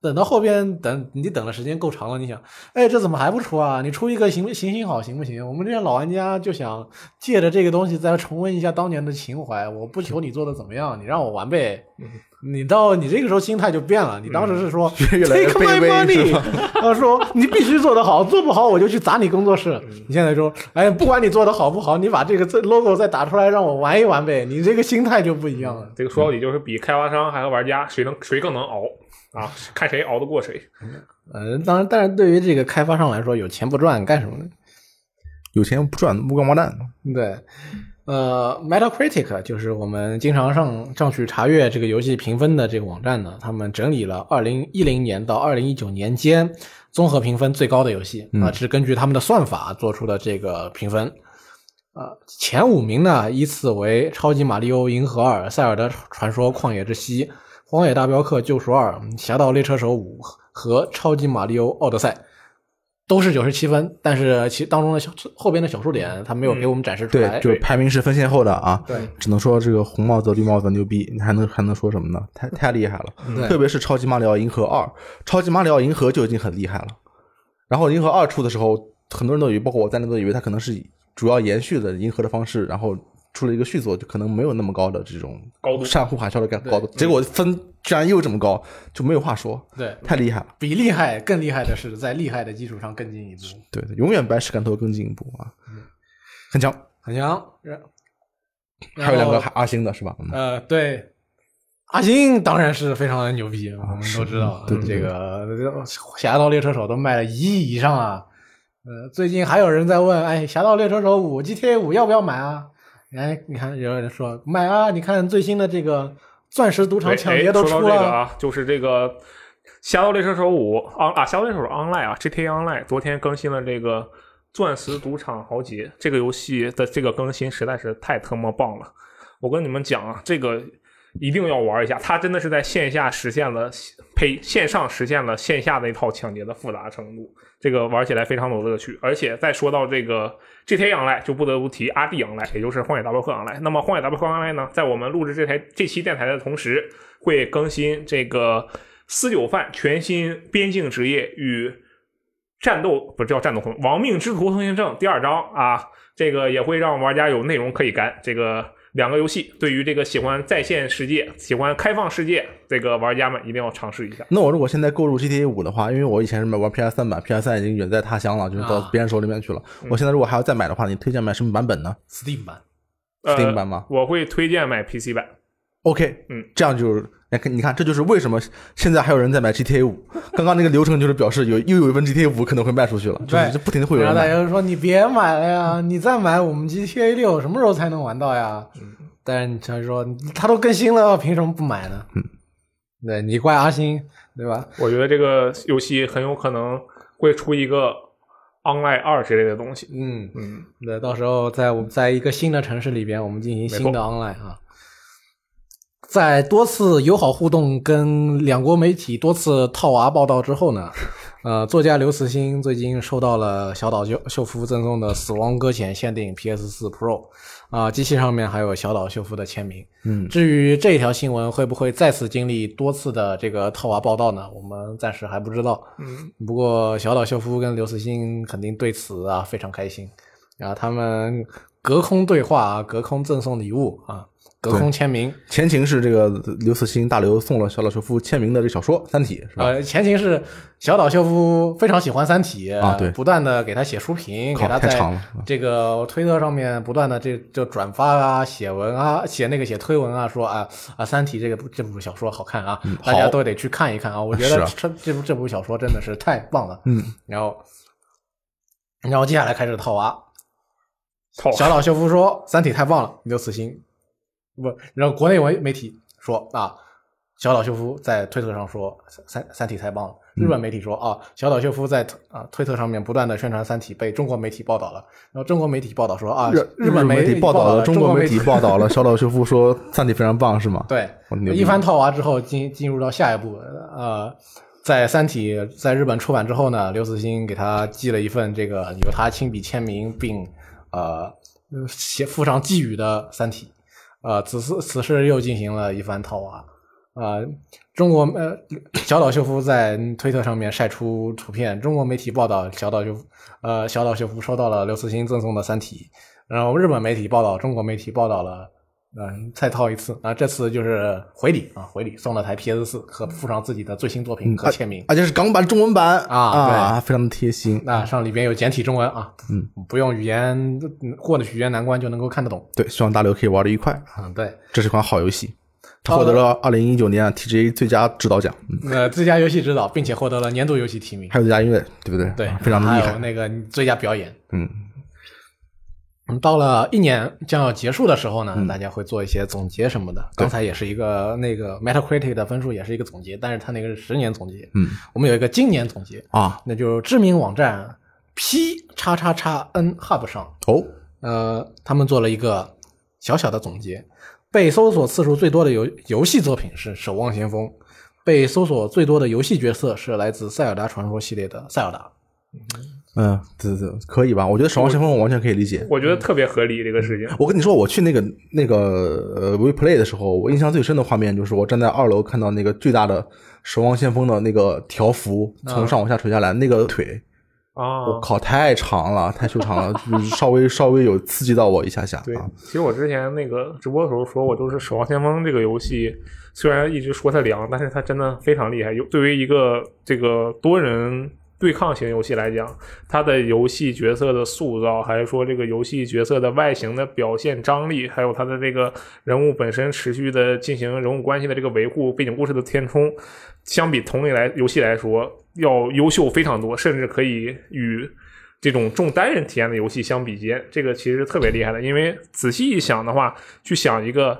[SPEAKER 1] 等到后边等你等的时间够长了，你想，哎，这怎么还不出啊？你出一个行不行行好行不行？我们这些老玩家就想借着这个东西再重温一下当年的情怀。我不求你做的怎么样，你让我玩呗。
[SPEAKER 2] 嗯
[SPEAKER 1] 你到你这个时候心态就变了，你当时是说、
[SPEAKER 2] 嗯越来 越
[SPEAKER 1] take my
[SPEAKER 2] 卑微
[SPEAKER 1] money，
[SPEAKER 2] 是吧
[SPEAKER 1] 他说你必须做得好，做不好我就去砸你工作室。
[SPEAKER 2] 嗯
[SPEAKER 1] 你现在说，哎，不管你做得好不好，你把这个这 logo 再打出来让我玩一玩呗，你这个心态就不一样了。
[SPEAKER 3] 这个说到底就是比开发商还和玩家谁能谁更能熬啊，看谁熬得过谁。
[SPEAKER 1] 嗯、当然，但是对于这个开发商来说，有钱不赚干什么呢？
[SPEAKER 2] 有钱不赚，木瓜毛蛋。
[SPEAKER 1] 对，呃，Metacritic 就是我们经常上上去查阅这个游戏评分的这个网站呢，他们整理了二零一零年到二零一九年间综合评分最高的游戏啊、是根据他们的算法做出的这个评分。啊、前五名呢依次为《超级马里奥银河二》《塞尔达传说：旷野之息》《荒野大镖客：救赎二》《侠盗猎车手五》和《超级马里奥奥德赛》。都是九十七分，但是其当中的小后边的小数点，它没有给我们展示出来。
[SPEAKER 2] 嗯对，就是排名是分先后的啊。
[SPEAKER 1] 对，
[SPEAKER 2] 只能说这个红帽子、绿帽子牛逼，你还能还能说什么呢？ 太太厉害了，
[SPEAKER 1] 对
[SPEAKER 2] 特别是超级马里奥银河二，超级马里奥银河就已经很厉害了。然后银河二出的时候，很多人都以为，包括我在内都以为它可能是以主要延续的银河的方式，然后出了一个续作，就可能没有那么高的这种
[SPEAKER 3] 高度
[SPEAKER 2] 山呼海啸的高度。结果分居然又这么高，就没有话说，
[SPEAKER 1] 对，
[SPEAKER 2] 太厉害了。
[SPEAKER 1] 比厉害更厉害的是在厉害的基础上更进一步。
[SPEAKER 2] 对，永远百尺竿头更进一步啊，很强。
[SPEAKER 1] 很强，然
[SPEAKER 2] 还有两个
[SPEAKER 1] 然后
[SPEAKER 2] 阿星的是吧？嗯
[SPEAKER 1] 呃，对，阿星当然是非常的牛
[SPEAKER 3] 啊
[SPEAKER 1] 逼，我们都知道，
[SPEAKER 2] 对对
[SPEAKER 1] 这
[SPEAKER 2] 对
[SPEAKER 1] 个《侠盗猎车手》都卖了一亿以上啊。呃，最近还有人在问，哎，《侠盗猎车手五》GTA 五要不要买啊？哎，你看有人说买啊，你看最新的这个钻石赌场
[SPEAKER 3] 哎
[SPEAKER 1] 抢
[SPEAKER 3] 哎
[SPEAKER 1] 劫都出
[SPEAKER 3] 说到这个
[SPEAKER 1] 了，
[SPEAKER 3] 啊，就是这个《侠盗猎车手五》on 啊，《侠盗猎车手 online》啊，GTA online 昨天更新了这个《钻石赌场豪杰》这个游戏的这个更新实在是太他妈棒了！我跟你们讲啊，这个一定要玩一下。它真的是在线下实现了配线上实现了线下的一套抢劫的复杂程度，这个玩起来非常有乐趣。而且再说到这个 GTA 仰赖，就不得不提阿弟仰赖，也就是荒野大镖客仰赖。那么荒野大镖客仰赖呢，在我们录制这台这期电台的同时，会更新这个私酒犯全新边境职业与战斗不是叫战斗通亡命之徒通行证第二章啊，这个也会让玩家有内容可以干。这个两个游戏对于这个喜欢在线世界、喜欢开放世界这个玩家们一定要尝试一下。
[SPEAKER 2] 那我如果现在购入 GTA 五的话，因为我以前是买玩 PS 三版，PS 三已经远在他乡了，就是到
[SPEAKER 1] 啊
[SPEAKER 2] 别人手里面去了。我现在如果还要再买的话，你推荐买什么版本呢
[SPEAKER 1] Steam 版，
[SPEAKER 2] ？Steam
[SPEAKER 3] 呃，
[SPEAKER 2] 版吗
[SPEAKER 3] 我会推荐买 PC 版。
[SPEAKER 2] ？OK，
[SPEAKER 3] 嗯，
[SPEAKER 2] 这样就是。你看，你看，这就是为什么现在还有人在买 GTA 五。刚刚那个流程就是表示有又有一份 GTA 五可能会卖出去了，就
[SPEAKER 1] 对
[SPEAKER 2] 是就不停的会有
[SPEAKER 1] 然
[SPEAKER 2] 人
[SPEAKER 1] 后大
[SPEAKER 2] 买。
[SPEAKER 1] 家就说你别买了 呀，你再买我们 GTA 六什么时候才能玩到呀？
[SPEAKER 3] 嗯
[SPEAKER 1] 但是他说他都更新了，哦凭什么不买呢？
[SPEAKER 3] 嗯
[SPEAKER 1] 对你怪阿星对吧？
[SPEAKER 3] 我觉得这个游戏很有可能会出一个 Online 二之类的东西。
[SPEAKER 1] 嗯，
[SPEAKER 3] 嗯，
[SPEAKER 1] 对，到时候在我们在一个新的城市里边，我们进行新
[SPEAKER 3] 没
[SPEAKER 1] 的
[SPEAKER 3] 错
[SPEAKER 1] online 啊，在多次友好互动跟两国媒体多次套娃报道之后呢，呃，作家刘慈欣最近收到了小岛秀秀夫赠送的《死亡搁浅》限定 PS 四 Pro，啊、机器上面还有小岛秀夫的签名。
[SPEAKER 2] 嗯，
[SPEAKER 1] 至于这条新闻会不会再次经历多次的这个套娃报道呢？我们暂时还不知道。
[SPEAKER 3] 嗯，
[SPEAKER 1] 不过小岛秀夫跟刘慈欣肯定对此啊非常开心，然后他们隔空对话啊，隔空赠送礼物啊，隔空签名。
[SPEAKER 2] 前情是这个刘慈欣大刘送了小老舍夫签名的这个小说《三体》，是吧？
[SPEAKER 1] 呃，前情是小岛秀夫非常喜欢《三体》
[SPEAKER 2] 啊对
[SPEAKER 1] 不断的给他写书评，
[SPEAKER 2] 靠
[SPEAKER 1] 给他
[SPEAKER 2] 太
[SPEAKER 1] 在
[SPEAKER 2] 长了嗯
[SPEAKER 1] 这个推特上面不断的这就转发啊、写文啊、写那个写推文啊，说啊啊，《三体》这个部这部小说好看啊，大家
[SPEAKER 2] 嗯好
[SPEAKER 1] 都得去看一看啊！我觉
[SPEAKER 2] 是
[SPEAKER 1] 得
[SPEAKER 2] 啊
[SPEAKER 1] 这这部这部小说真的是太棒了。
[SPEAKER 2] 嗯，
[SPEAKER 1] 然后，然后接下来开始套娃，
[SPEAKER 3] 套
[SPEAKER 1] 小岛秀夫说《三体》太棒了，刘慈欣不，然后国内文媒体说啊，小岛秀夫在推特上说《三三三体》太棒了。日
[SPEAKER 2] 嗯
[SPEAKER 1] 本媒体说啊，小岛秀夫在啊推特上面不断的宣传《三体》，被中国媒体报道了。然后中国媒体报道说啊，
[SPEAKER 2] 日
[SPEAKER 1] 本
[SPEAKER 2] 本
[SPEAKER 1] 媒
[SPEAKER 2] 体报
[SPEAKER 1] 道
[SPEAKER 2] 道了，
[SPEAKER 1] 中
[SPEAKER 2] 中国媒
[SPEAKER 1] 体
[SPEAKER 2] 体 报道了，小岛秀夫说《三体》非常棒，是吗？
[SPEAKER 1] 对
[SPEAKER 2] 我牛，逼
[SPEAKER 1] 一番套娃之后进进入到下一步，呃，在《三体》在日本出版之后呢，刘慈欣给他寄了一份这个由他亲笔签名并呃写附上寄语的《三体》，呃，此次此事又进行了一番套娃。呃，中国呃，小岛秀夫在推特上面晒出图片，中国媒体报道小岛秀夫呃小岛秀夫收到了刘慈欣赠送的《三体》，然后日本媒体报道，中国媒体报道了，嗯、再套一次啊，这次就是回礼啊，回礼送了台 PS 四和附上自己的最新作品和签名，
[SPEAKER 2] 而且是港版中文版
[SPEAKER 1] 啊
[SPEAKER 2] 啊，非常的贴心。
[SPEAKER 1] 那、上里边有简体中文啊，
[SPEAKER 2] 嗯，
[SPEAKER 1] 不用语言嗯过了语言难关就能够看得懂，
[SPEAKER 2] 对，希望大刘可以玩的愉快。啊
[SPEAKER 1] 嗯，对，
[SPEAKER 2] 这是款好游戏，它获得了二零一九年啊 TGA 最佳指导奖，嗯
[SPEAKER 1] 呃，最佳游戏指导，并且获得了年度游戏提名，
[SPEAKER 2] 还有最佳音乐，对不对？
[SPEAKER 1] 对
[SPEAKER 2] 啊，非常的
[SPEAKER 1] 还
[SPEAKER 2] 厉
[SPEAKER 1] 有
[SPEAKER 2] 害。
[SPEAKER 1] 那个最佳表演，
[SPEAKER 2] 嗯，
[SPEAKER 1] 嗯到了一年将要结束的时候呢，大家会做一些总结什么的。刚才也是一个那个 Metacritic 的分数也是一个总结，但是它那个是十年总结。
[SPEAKER 2] 嗯，
[SPEAKER 1] 我们有一个今年总结，
[SPEAKER 2] 啊，
[SPEAKER 1] 那就是知名网站 P 叉叉叉 N Hub 上，
[SPEAKER 2] 哦，
[SPEAKER 1] 呃，他们做了一个小小的总结，被搜索次数最多的游游戏作品是《守望先锋》，被搜索最多的游戏角色是来自《塞尔达传说》系列的塞尔达。
[SPEAKER 2] 嗯，对对对，可以吧？我觉得《守望先锋》我完全可以理解。
[SPEAKER 3] 我觉得特别合理这个事情。
[SPEAKER 2] 我跟你说，我去那个那个呃 WePlay 的时候，我印象最深的画面就是我站在二楼看到那个巨大的《守望先锋》的那个条幅
[SPEAKER 1] 嗯
[SPEAKER 2] 从上往下垂下来，那个腿，
[SPEAKER 3] 啊，
[SPEAKER 2] 我靠，太长了，太修长了，就是稍微稍微有刺激到我一下下
[SPEAKER 3] 对
[SPEAKER 2] 啊。，
[SPEAKER 3] 其实我之前那个直播的时候说，我就是《守望先锋》这个游戏，虽然一直说它凉，但是它真的非常厉害。有对于一个这个多人对抗型游戏来讲，它的游戏角色的塑造，还是说这个游戏角色的外形的表现张力，还有它的这个人物本身持续的进行人物关系的这个维护，背景故事的填充，相比同类来游戏来说，要优秀非常多，甚至可以与这种重单人体验的游戏相比肩，这个其实特别厉害的。因为仔细一想的话，去想一个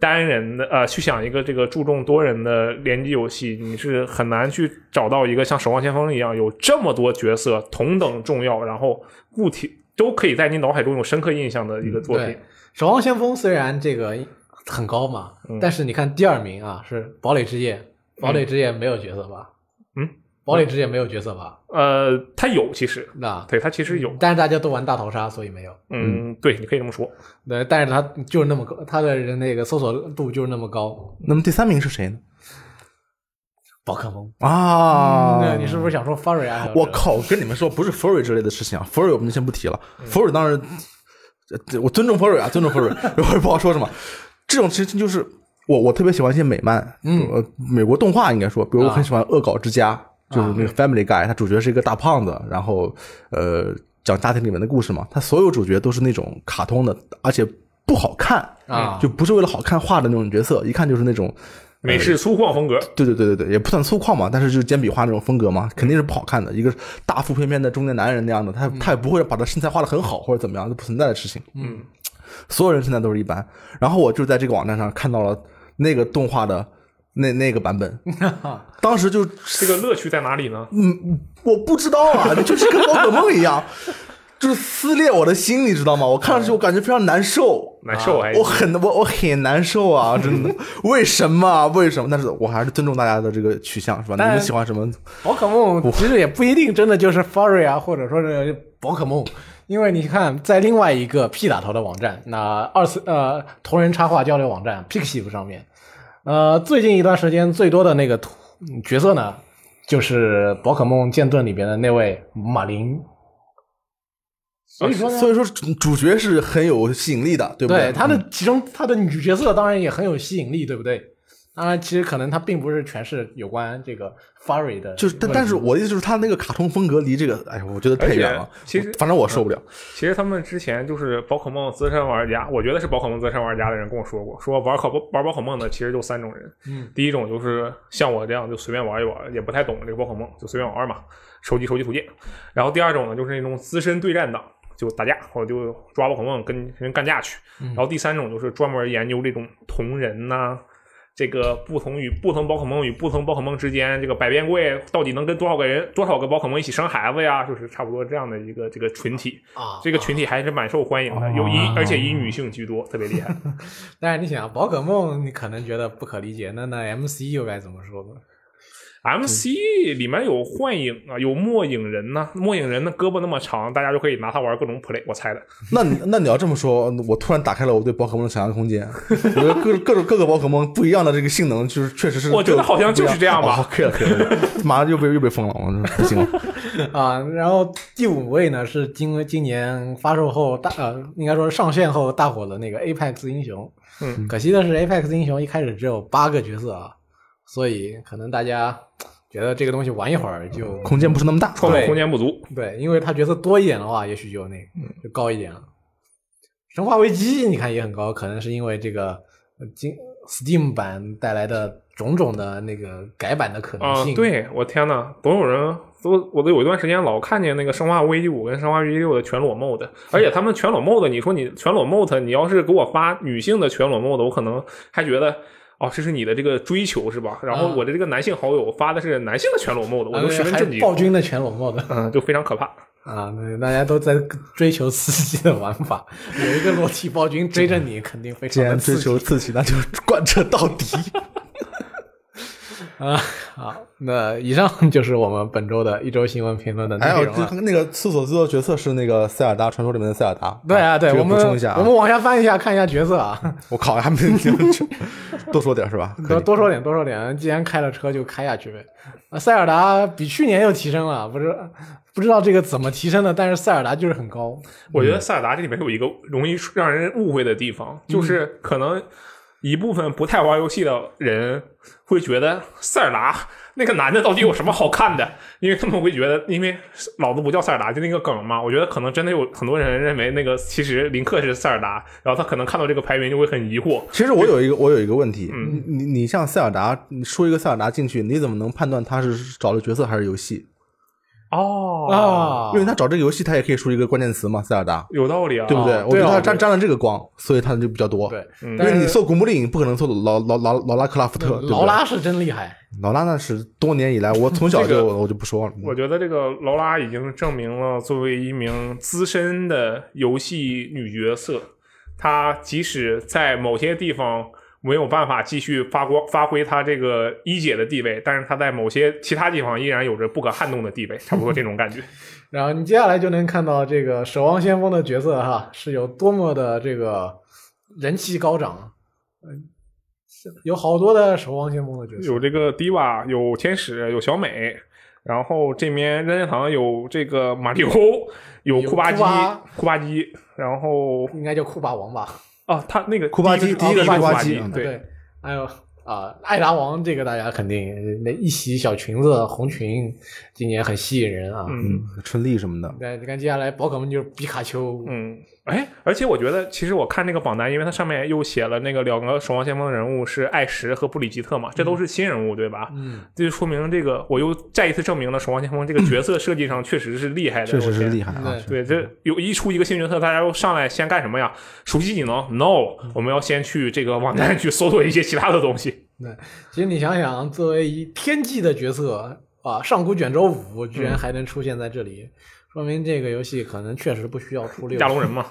[SPEAKER 3] 单人的，呃，去想一个这个注重多人的联机游戏，你是很难去找到一个像《守望先锋》一样有这么多角色同等重要，然后不提都可以在你脑海中有深刻印象的一个作
[SPEAKER 1] 嗯对
[SPEAKER 3] 品。
[SPEAKER 1] 守望先锋虽然这个很高嘛。
[SPEAKER 3] 嗯
[SPEAKER 1] 但是你看第二名啊，是《堡垒之夜》，《堡垒之夜》没有角色吧？
[SPEAKER 3] 嗯，
[SPEAKER 1] 《堡垒之夜》没有角色吧？
[SPEAKER 3] 呃，它有其实，
[SPEAKER 1] 那
[SPEAKER 3] 对它其实有，
[SPEAKER 1] 但是大家都玩大逃杀，所以没有。
[SPEAKER 3] 嗯，对，你可以这么说。
[SPEAKER 1] 对，但是它就是那么高，它的人那个搜索度就是那么高。
[SPEAKER 2] 那么第三名是谁呢？
[SPEAKER 1] 宝可梦，
[SPEAKER 2] 啊，
[SPEAKER 1] 那嗯你是不是想说 Furry 啊？
[SPEAKER 2] 我靠！我跟你们说，不是 furry 之类的事情啊，furry 我们就先不提了。furry 当然，这这我尊重 furry 啊，尊重 furry，我也不好说什么。这种事情就是我我特别喜欢一些美漫，嗯、呃，美国动画应该说，比如我很喜欢《恶搞之家》就是那个 Family Guy，它主角是一个大胖子，然后呃讲家庭里面的故事嘛，它所有主角都是那种卡通的，而且不好看
[SPEAKER 1] 啊
[SPEAKER 2] 就不是为了好看画的那种角色，一看就是那种。
[SPEAKER 3] 美式粗犷风格，
[SPEAKER 2] 对对对对对，也不算粗犷嘛，但是就是尖笔画那种风格嘛，肯定是不好看的。一个大腹便便的中年男人那样的，他他也不会把他身材画的很好或者怎么样，这不存在的事情。嗯，所有人身材都是一般。然后我就在这个网站上看到了那个动画的那那个版本，当时就
[SPEAKER 3] 这个乐趣在哪里呢？
[SPEAKER 2] 嗯，我不知道啊，你就是跟宝可梦一样， 就是撕裂我的心，你知道吗？我看上去我感觉非常难受。
[SPEAKER 3] 难受哎，
[SPEAKER 2] 我很我我很难受啊，真 的，为什么啊？为什么？但是我还是尊重大家的这个取向，是吧？你
[SPEAKER 1] 当然
[SPEAKER 2] 们喜欢什么？
[SPEAKER 1] 宝可梦其实也不一定真的就是 Furry 啊，或者说是宝可梦，因为你看在另外一个 P 打头的网站，那二次呃同人插画交流网站 Pixiv 上面，呃最近一段时间最多的那个图嗯角色呢，就是宝可梦剑盾里边的那位马林。所以说呢，
[SPEAKER 2] 啊所以说主主角是很有吸引力的，对不嗯
[SPEAKER 1] 对他
[SPEAKER 2] 他
[SPEAKER 1] 的其中他的女角色当然也很有吸引力，对不对？当然，其实可能他并不是全是有关这个 Furry 的问题，
[SPEAKER 2] 就是，但但是我的意思就是，他那个卡通风格离这个，哎呀，我觉得太远了
[SPEAKER 3] 而。且其实
[SPEAKER 2] 我反正我 受不了。
[SPEAKER 3] 其实他们之前就是宝可梦资深玩家，我觉得是宝可梦资深玩家的人跟我说过，说玩可玩宝可梦的其实就三种人，嗯，第一种就是像我这样就随便玩一玩，也不太懂这个宝可梦，就随便玩玩嘛，收集收集图鉴。然后第二种呢，就是那种资深对战党，就打架，我就抓宝可梦跟人干架去。然后第三种就是专门研究这种同人呐、这个不同与不同宝可梦与不同宝可梦之间，这个百变怪到底能跟多少个人、多少个宝可梦一起生孩子呀？就是差不多这样的一个这个群体。
[SPEAKER 1] 啊，
[SPEAKER 3] 这个群体还是蛮受欢迎的，有以而且以女性居多，特别厉害。
[SPEAKER 1] 哦 但是你想，宝可梦你可能觉得不可理解，那那 MC 又该怎么说呢？
[SPEAKER 3] MC 里面有幻影啊，有末影人呐、末影人的胳膊那么长，大家就可以拿它玩各种 play，我猜的。
[SPEAKER 2] 那你那你要这么说，我突然打开了我对宝可梦的想象空间。我觉得各各种各个宝可梦不一样的这个性能，就是确实是各。
[SPEAKER 3] 我觉得好像就是这样吧
[SPEAKER 2] 哦可以了，可以了， 马上就被又被封了，我说不行了。
[SPEAKER 1] 啊，然后第五位呢是今今年发售后大呃，应该说是上线后大火的那个 Apex 英雄。
[SPEAKER 3] 嗯，
[SPEAKER 1] 可惜的是 Apex 英雄一开始只有八个角色啊，所以可能大家觉得这个东西玩一会儿就
[SPEAKER 2] 空间不是那么大，
[SPEAKER 3] 创作空间不足，
[SPEAKER 1] 对，因为他角色多一点的话，也许就那个
[SPEAKER 2] 嗯
[SPEAKER 1] 就高一点了。生化危机你看也很高，可能是因为这个呃今 Steam 版带来的种种的那个改版的可能
[SPEAKER 3] 啊、
[SPEAKER 1] 性。
[SPEAKER 3] 对我天呐，总有人都我都有一段时间老看见那个《生化危机五》跟《生化危机六》的全裸 mod，而且他们全裸 mod，你说你全裸 mod，你要是给我发女性的全裸 mod，我可能还觉得。哦，这是你的这个追求是吧？然后
[SPEAKER 1] 啊
[SPEAKER 3] 我的这个男性好友发的是男性的全裸 mod，我
[SPEAKER 1] 啊，
[SPEAKER 3] 就十分
[SPEAKER 1] 还
[SPEAKER 3] 震惊。
[SPEAKER 1] 暴君的全裸 mod
[SPEAKER 3] 嗯，就非常可怕。
[SPEAKER 1] 啊，那大家都在追求刺激的玩法，有一个裸体暴君追着你，肯定非
[SPEAKER 2] 既
[SPEAKER 1] 常的
[SPEAKER 2] 然
[SPEAKER 1] 刺
[SPEAKER 2] 追
[SPEAKER 1] 激
[SPEAKER 2] 求刺激，那就贯彻到底。
[SPEAKER 1] 啊。好，那以上就是我们本周的一周新闻评论的内
[SPEAKER 2] 还有
[SPEAKER 1] 容了。
[SPEAKER 2] 那个厕所制作角色是那个塞尔达传说里面的塞尔达。
[SPEAKER 1] 对啊，对，
[SPEAKER 2] 这个
[SPEAKER 1] 我们
[SPEAKER 2] 补充一下啊，
[SPEAKER 1] 我们往下翻一下，看一下角色啊。
[SPEAKER 2] 我靠，还没 多说点是吧？可
[SPEAKER 1] 多
[SPEAKER 2] 以。
[SPEAKER 1] 多说点，多说点。既然开了车，就开下去呗。啊，塞尔达比去年又提升了，不知不知道这个怎么提升的，但是塞尔达就是很高。
[SPEAKER 3] 我觉得塞尔达这里面有一个容易让人误会的地方，就是可能一部分不太玩游戏的人会觉得塞尔达那个男的到底有什么好看的？因为他们会觉得，因为老子不叫塞尔达，就那个梗嘛。我觉得可能真的有很多人认为那个其实林克是塞尔达，然后他可能看到这个排名就会很疑惑。
[SPEAKER 2] 其实我有一个我有一个问题，
[SPEAKER 1] 嗯
[SPEAKER 2] 你你像塞尔达，你说一个塞尔达进去，你怎么能判断他是找的角色还是游戏？
[SPEAKER 3] 哦
[SPEAKER 1] 啊，
[SPEAKER 2] 因为他找这个游戏，他也可以输一个关键词嘛，塞尔达，
[SPEAKER 3] 有道理啊，
[SPEAKER 2] 对不对？
[SPEAKER 1] 哦
[SPEAKER 2] 我觉
[SPEAKER 1] 对
[SPEAKER 2] 得
[SPEAKER 1] 啊
[SPEAKER 2] 他沾沾了这个光，所以他就比较多。，
[SPEAKER 1] 对，
[SPEAKER 3] 嗯
[SPEAKER 2] 因
[SPEAKER 1] 但
[SPEAKER 2] 为
[SPEAKER 1] 是
[SPEAKER 2] 你搜古墓丽影，不可能搜劳劳劳劳拉克拉夫特，对不对
[SPEAKER 1] 劳拉是真厉害，
[SPEAKER 2] 劳拉那是多年以来，我从小
[SPEAKER 3] 这个
[SPEAKER 2] 就我就不说了。
[SPEAKER 3] 我觉得这个劳拉已经证明了，作为一名资深的游戏女角色，它即使在某些地方没有办法继续发光发挥它这个一姐的地位，但是它在某些其他地方依然有着不可撼动的地位，差不多这种感觉。
[SPEAKER 1] 然后你接下来就能看到这个《守望先锋》的角色哈是有多么的这个人气高涨，嗯，有好多的《守望先锋》的角色，
[SPEAKER 3] 有这个迪瓦，有天使，有小美，然后这边任天堂有这个马里奥，有
[SPEAKER 1] 有
[SPEAKER 3] 库巴基
[SPEAKER 1] 库巴，
[SPEAKER 3] 库巴基，然后
[SPEAKER 1] 应该叫库霸王吧？
[SPEAKER 3] 啊，他那个
[SPEAKER 2] 库巴基
[SPEAKER 3] 第一
[SPEAKER 2] 第一个
[SPEAKER 3] 个
[SPEAKER 2] 是
[SPEAKER 3] 库
[SPEAKER 2] 库巴
[SPEAKER 3] 基
[SPEAKER 2] 基，嗯
[SPEAKER 3] 对，
[SPEAKER 1] 啊对，还有啊，艾达王这个大家肯定那一袭小裙子红裙，今年很吸引人啊。
[SPEAKER 3] 嗯。
[SPEAKER 2] 嗯，春丽什么的，
[SPEAKER 1] 对，你看接下来宝可梦就是皮卡丘，
[SPEAKER 3] 嗯，哎，而且我觉得，其实我看那个榜单，因为它上面又写了那个两个守望先锋的人物是艾什和布里吉特嘛，
[SPEAKER 2] 嗯
[SPEAKER 3] 这都是新人物，对吧？
[SPEAKER 1] 嗯，
[SPEAKER 3] 这就说明这个，我又再一次证明了守望先锋这个角色设计上确实是厉害的，
[SPEAKER 2] 确实
[SPEAKER 3] 我
[SPEAKER 2] 是
[SPEAKER 3] 天
[SPEAKER 2] 厉害啊
[SPEAKER 1] 对！
[SPEAKER 3] 对，这有一出一个新角色，大家又上来先干什么呀？熟悉技能？No，我
[SPEAKER 2] 嗯
[SPEAKER 3] 们要先去这个网站去搜索一些其他的东西。
[SPEAKER 1] 其实你想想，作为一天际的角色啊，上古卷轴五居
[SPEAKER 3] 嗯
[SPEAKER 1] 然还能出现在这里，说明这个游戏可能确实不需要出六
[SPEAKER 3] 亚龙人嘛，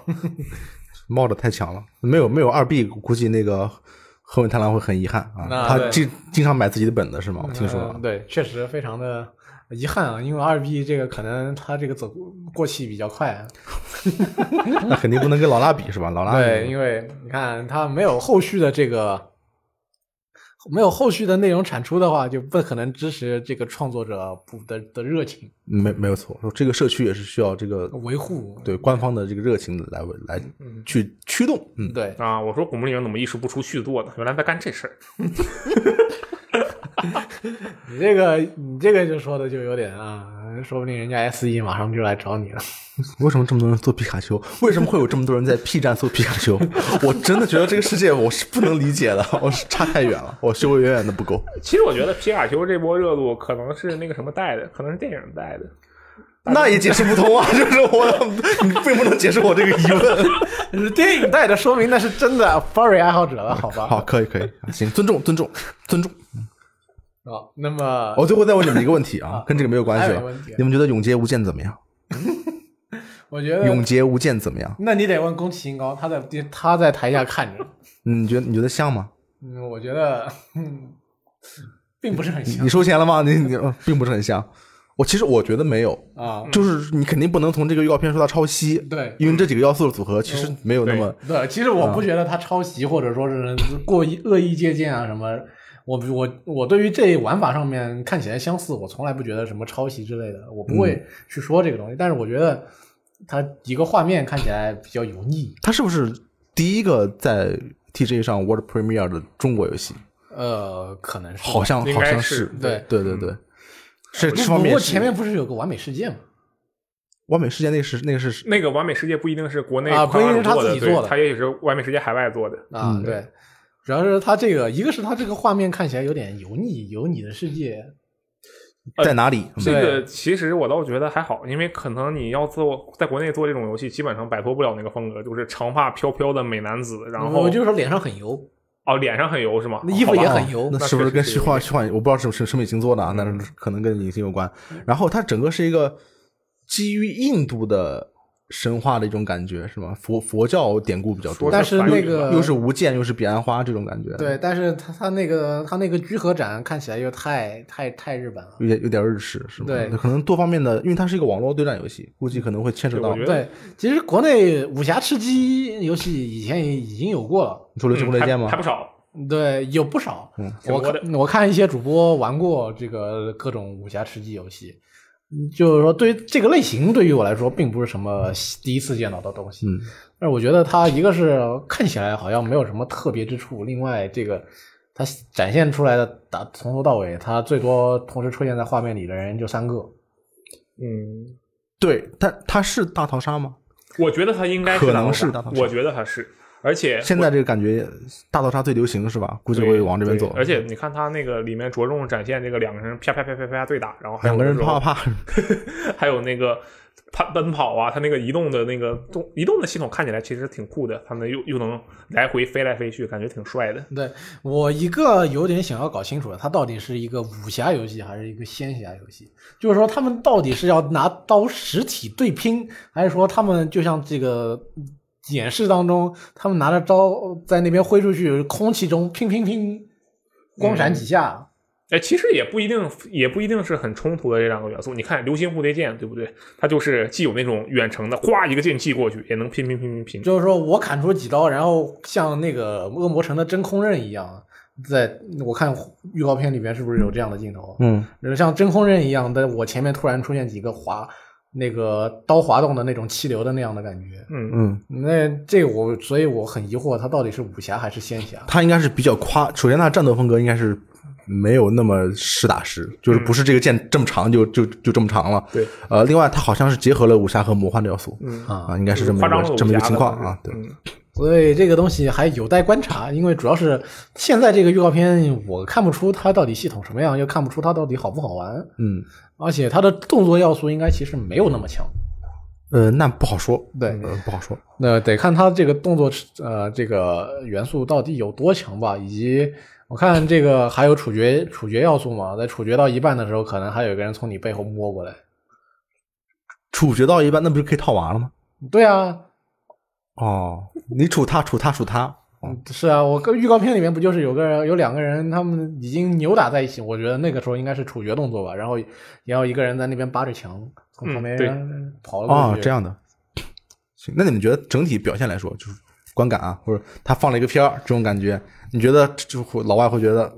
[SPEAKER 2] 冒着太强了，没有没有二 B，估计那个后面贪婪会很遗憾啊。
[SPEAKER 1] 那
[SPEAKER 2] 他
[SPEAKER 1] 对
[SPEAKER 2] 经经常买自己的本子是吗？我听说
[SPEAKER 1] 嗯
[SPEAKER 2] 了。
[SPEAKER 1] 对，确实非常的遗憾啊，因为二 B 这个可能它这个走过期比较快，啊
[SPEAKER 2] 那肯定不能跟劳拉比是吧？劳拉
[SPEAKER 1] 对，因为你看它没有后续的这个，没有后续的内容产出的话，就不可能支持这个创作者不的的热情
[SPEAKER 2] 没没有错，这个社区也是需要这个
[SPEAKER 1] 维护。
[SPEAKER 2] 对官方的这个热情来来去驱动。嗯，
[SPEAKER 1] 对，
[SPEAKER 3] 啊，我说古墓丽影怎么一时不出续作呢？原来在干这事儿。
[SPEAKER 1] 你这个你这个就说的就有点啊，说不定人家 S E 马上就来找你了。
[SPEAKER 2] 为什么这么多人做皮卡丘？为什么会有这么多人在 P 站做皮卡丘？ 我真的觉得这个世界我是不能理解的，我是差太远了，我修为远远的不够。
[SPEAKER 3] 其实我觉得皮卡丘这波热度可能是那个什么带的，可能是电影带的。
[SPEAKER 2] 那也解释不通啊！就是我，你并不能解释我这个疑 问。
[SPEAKER 1] 电影带的说明那是真 的 furry 爱好者了，好吧？
[SPEAKER 2] 好，可以，可以，行，尊重，尊重，尊重。
[SPEAKER 1] 啊，那么
[SPEAKER 2] 哦我最后再问你们一个问题啊，跟这个没有关系
[SPEAKER 1] 还有问
[SPEAKER 2] 了
[SPEAKER 1] 题啊。
[SPEAKER 2] 你们觉得《永劫无间》怎么样？
[SPEAKER 1] 我觉
[SPEAKER 2] 《永
[SPEAKER 1] 得，
[SPEAKER 2] 劫无间》怎么样？
[SPEAKER 1] 那你得问宫崎英高，他在他在台下看着。
[SPEAKER 2] 嗯你觉得你觉得像吗？
[SPEAKER 1] 嗯，我觉得， 嗯，并不是很像
[SPEAKER 2] 你收钱了吗？你 你呃并不是很像。我其实我觉得没有，
[SPEAKER 1] 啊。
[SPEAKER 2] 就是你肯定不能从这个预告片说它抄袭，
[SPEAKER 1] 对
[SPEAKER 2] 因为这几个要素的组合其实没有那么。
[SPEAKER 1] 对，其实我不觉得他抄袭，或者说是过意恶意借鉴啊什么。我我我对于这玩法上面看起来相似，我从来不觉得什么抄袭之类的，我不会去说这个东西。但是我觉得它一个画面看起来比较油腻，
[SPEAKER 2] 它是不是第一个在 TJ 上 World Premiere 的中国游戏？
[SPEAKER 1] 呃，可能是吧
[SPEAKER 2] 好像
[SPEAKER 3] 应
[SPEAKER 2] 好
[SPEAKER 3] 该
[SPEAKER 2] 像
[SPEAKER 3] 是
[SPEAKER 1] 对
[SPEAKER 2] 对对对，这
[SPEAKER 1] 不
[SPEAKER 2] 这方
[SPEAKER 1] 不
[SPEAKER 2] 面
[SPEAKER 1] 过
[SPEAKER 2] 是
[SPEAKER 1] 前面不是有个完美世界吗？
[SPEAKER 2] 完美世界那个是那个是
[SPEAKER 3] 那个完美世界不一定是国内
[SPEAKER 1] 啊不
[SPEAKER 3] 官方
[SPEAKER 1] 一定是他
[SPEAKER 3] 做
[SPEAKER 1] 自
[SPEAKER 3] 的，
[SPEAKER 1] 己
[SPEAKER 3] 对
[SPEAKER 1] 做的
[SPEAKER 3] 它也许是完美世界海外做的。
[SPEAKER 1] 啊，
[SPEAKER 2] 嗯
[SPEAKER 1] 对，主要是它这个，一个是它这个画面看起来有点油腻，有你的世界，
[SPEAKER 2] 在哪里？
[SPEAKER 3] 这个其实我倒觉得还好，因为可能你要做在国内做这种游戏，基本上摆脱不了那个风格，就是长发飘飘的美男子，然后
[SPEAKER 1] 我就说脸上很油，
[SPEAKER 3] 哦脸上很油是吗？
[SPEAKER 1] 那衣服
[SPEAKER 3] 好吧
[SPEAKER 1] 也
[SPEAKER 2] 哦
[SPEAKER 1] 很油
[SPEAKER 2] 那
[SPEAKER 3] 那
[SPEAKER 2] 是不
[SPEAKER 3] 确
[SPEAKER 2] 是
[SPEAKER 3] 实
[SPEAKER 2] 跟
[SPEAKER 3] 是
[SPEAKER 2] 虚
[SPEAKER 3] 有
[SPEAKER 2] 幻虚幻？我不知道是不是什么星座的啊，那是可能跟影星有关。然后它整个是一个基于印度的神话的一种感觉，是吗？佛佛教典故比较多
[SPEAKER 3] 说，
[SPEAKER 1] 但是那
[SPEAKER 3] 是
[SPEAKER 1] 个
[SPEAKER 2] 又是无间又是彼岸花这种感觉，，
[SPEAKER 1] 对，但是他他那个他那个居合展看起来又太太太日本了。
[SPEAKER 2] 有点有点日式，是吗？
[SPEAKER 1] 对
[SPEAKER 2] 可能多方面的，因为它是一个网络对战游戏，估计可能会牵扯
[SPEAKER 3] 对我
[SPEAKER 2] 到
[SPEAKER 3] 觉。得
[SPEAKER 1] 对，其实国内武侠吃鸡游戏以前也已经有过了，
[SPEAKER 2] 你说《流星
[SPEAKER 3] 嗯
[SPEAKER 2] 不雷
[SPEAKER 3] 还
[SPEAKER 2] 剑》吗
[SPEAKER 3] 还？不少。
[SPEAKER 1] 对，有不少。
[SPEAKER 3] 挺
[SPEAKER 1] 我
[SPEAKER 3] 多的
[SPEAKER 1] 看我看一些主播玩过这个各种武侠吃鸡游戏，嗯就是说对于这个类型，对于我来说并不是什么第一次见到的东西。
[SPEAKER 2] 嗯，
[SPEAKER 1] 但是我觉得它一个是看起来好像没有什么特别之处，另外这个它展现出来的打从头到尾，它最多同时出现在画面里的人就三个。
[SPEAKER 3] 嗯，
[SPEAKER 2] 对，但它是大逃杀吗？
[SPEAKER 3] 我觉得他应该
[SPEAKER 2] 可能是
[SPEAKER 3] 是
[SPEAKER 2] 大
[SPEAKER 3] 大
[SPEAKER 2] 逃
[SPEAKER 3] 佬
[SPEAKER 2] 杀
[SPEAKER 3] 吧，我觉得他是，而且
[SPEAKER 2] 现在这个感觉，大逃杀最流行是吧？估计
[SPEAKER 3] 对
[SPEAKER 2] 会往这边走
[SPEAKER 3] 对。而且你看他那个里面着重展现这个两个人啪啪啪啪啪对打，然后还有
[SPEAKER 2] 两个人
[SPEAKER 3] 那种
[SPEAKER 2] 啪啪啪，
[SPEAKER 3] 还有那个他奔跑啊，他那个移动的那个动移动的系统看起来其实挺酷的，他们又又能来回飞来飞去，感觉挺帅的。
[SPEAKER 1] 对我一个有点想要搞清楚了，它到底是一个武侠游戏还是一个仙侠游戏？就是说，他们到底是要拿刀实体对拼，还是说他们就像这个《演示当中，他们拿着招在那边挥出去，空气中乒乒乒，光闪几下，嗯
[SPEAKER 3] 哎，其实也不一定，也不一定是很冲突的这两个元素。你看《流星蝴蝶剑》，对不对？它就是既有那种远程的，哗一个箭击过去，也能拼拼拼拼拼。
[SPEAKER 1] 就是说我砍出几刀，然后像那个恶魔城的真空刃一样，在我看预告片里面是不是有这样的镜头？啊
[SPEAKER 2] 嗯，
[SPEAKER 1] 像真空刃一样，在我前面突然出现几个滑那个刀滑动的那种气流的那样的感觉。
[SPEAKER 3] 嗯，
[SPEAKER 2] 嗯，
[SPEAKER 1] 那这我，所以我很疑惑，它到底是武侠还是仙侠？
[SPEAKER 2] 他应该是比较夸。首先，他战斗风格应该是没有那么实打实，就是不是这个剑这么长就就就这么长了。
[SPEAKER 3] 嗯对，
[SPEAKER 2] 呃，另外他好像是结合了武侠和魔幻的要素，
[SPEAKER 3] 嗯
[SPEAKER 2] 啊，应该是这么
[SPEAKER 3] 夸张
[SPEAKER 2] 一
[SPEAKER 3] 了
[SPEAKER 2] 个这么一个
[SPEAKER 3] 武侠
[SPEAKER 2] 情
[SPEAKER 3] 的
[SPEAKER 2] 况
[SPEAKER 3] 方式
[SPEAKER 2] 啊。对，
[SPEAKER 3] 嗯
[SPEAKER 1] 所以这个东西还有待观察，因为主要是现在这个预告片我看不出它到底系统什么样，又看不出它到底好不好玩，
[SPEAKER 2] 嗯，
[SPEAKER 1] 而且它的动作要素应该其实没有那么强。嗯
[SPEAKER 2] 呃，那不好说，
[SPEAKER 1] 对
[SPEAKER 2] 呃不好说。
[SPEAKER 1] 那得看它这个动作呃这个元素到底有多强吧，以及我看这个还有处决处决要素嘛，在处决到一半的时候，可能还有一个人从你背后摸过来。
[SPEAKER 2] 处决到一半，那不就可以套娃了吗？
[SPEAKER 1] 对啊，
[SPEAKER 3] 嗯
[SPEAKER 2] 哦，你处他，处他，处他，
[SPEAKER 1] 是啊，我跟预告片里面不就是有个人有两个人，他们已经扭打在一起，我觉得那个时候应该是处决动作吧，然后然后一个人在那边扒着墙从旁边
[SPEAKER 3] 嗯对
[SPEAKER 1] 跑了过去，
[SPEAKER 2] 哦，这样的。行，那你们觉得整体表现来说，就是观感啊，或者他放了一个片儿这种感觉，你觉得就会老外会觉得，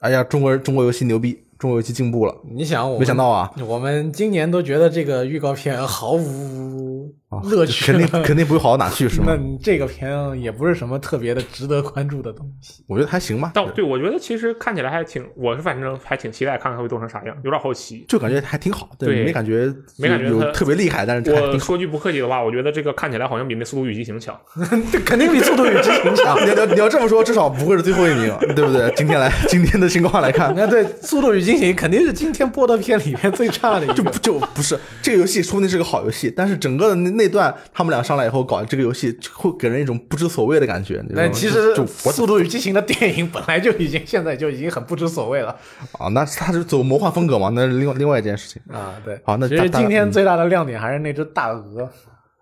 [SPEAKER 2] 哎呀，中国人中国游戏牛逼，中国游戏进步了，
[SPEAKER 1] 你想我们
[SPEAKER 2] 没想到啊，
[SPEAKER 1] 我们今年都觉得这个预告片毫无
[SPEAKER 2] 啊
[SPEAKER 1] 乐趣
[SPEAKER 2] 肯
[SPEAKER 1] 了，
[SPEAKER 2] 定肯定不会好到哪去，是吗
[SPEAKER 1] 那？你这个片也不是什么特别的值得关注的东西。
[SPEAKER 2] 我觉得还行吧，
[SPEAKER 3] 但对我觉得其实看起来还挺，我是反正还挺期待看看会做成啥样，有点好奇。
[SPEAKER 2] 就感觉还挺好，
[SPEAKER 3] 对
[SPEAKER 2] 没感觉
[SPEAKER 3] 没感觉
[SPEAKER 2] 有
[SPEAKER 3] 它
[SPEAKER 2] 特别厉害，但是还
[SPEAKER 3] 我
[SPEAKER 2] 挺好。
[SPEAKER 3] 说句不客气的话，我觉得这个看起来好像比那《速度与激情》强。
[SPEAKER 1] 这肯定比《速度与激情》强。
[SPEAKER 2] 啊你要你要这么说，至少不会是最后一名，对不对？今天来今天的情况来看，
[SPEAKER 1] 那对《速度与激情》肯定是今天播的片里面最差的一
[SPEAKER 2] 就
[SPEAKER 1] 个。
[SPEAKER 2] 就不是这个游戏，说不定是个好游戏，但是整个的那那段他们俩上来以后搞这个游戏，会给人一种不知所谓的感觉。你知
[SPEAKER 1] 那
[SPEAKER 2] 道吗
[SPEAKER 1] 哎其实
[SPEAKER 2] 就
[SPEAKER 1] 《速度与激情》的电影本来就已经现在就已经很不知所谓了
[SPEAKER 2] 啊，那他是走魔幻风格嘛，那是另外另外一件事情
[SPEAKER 1] 啊。对，
[SPEAKER 2] 好那
[SPEAKER 1] 其实
[SPEAKER 2] 大大
[SPEAKER 1] 今天最大嗯的亮点还是那只大鹅，啊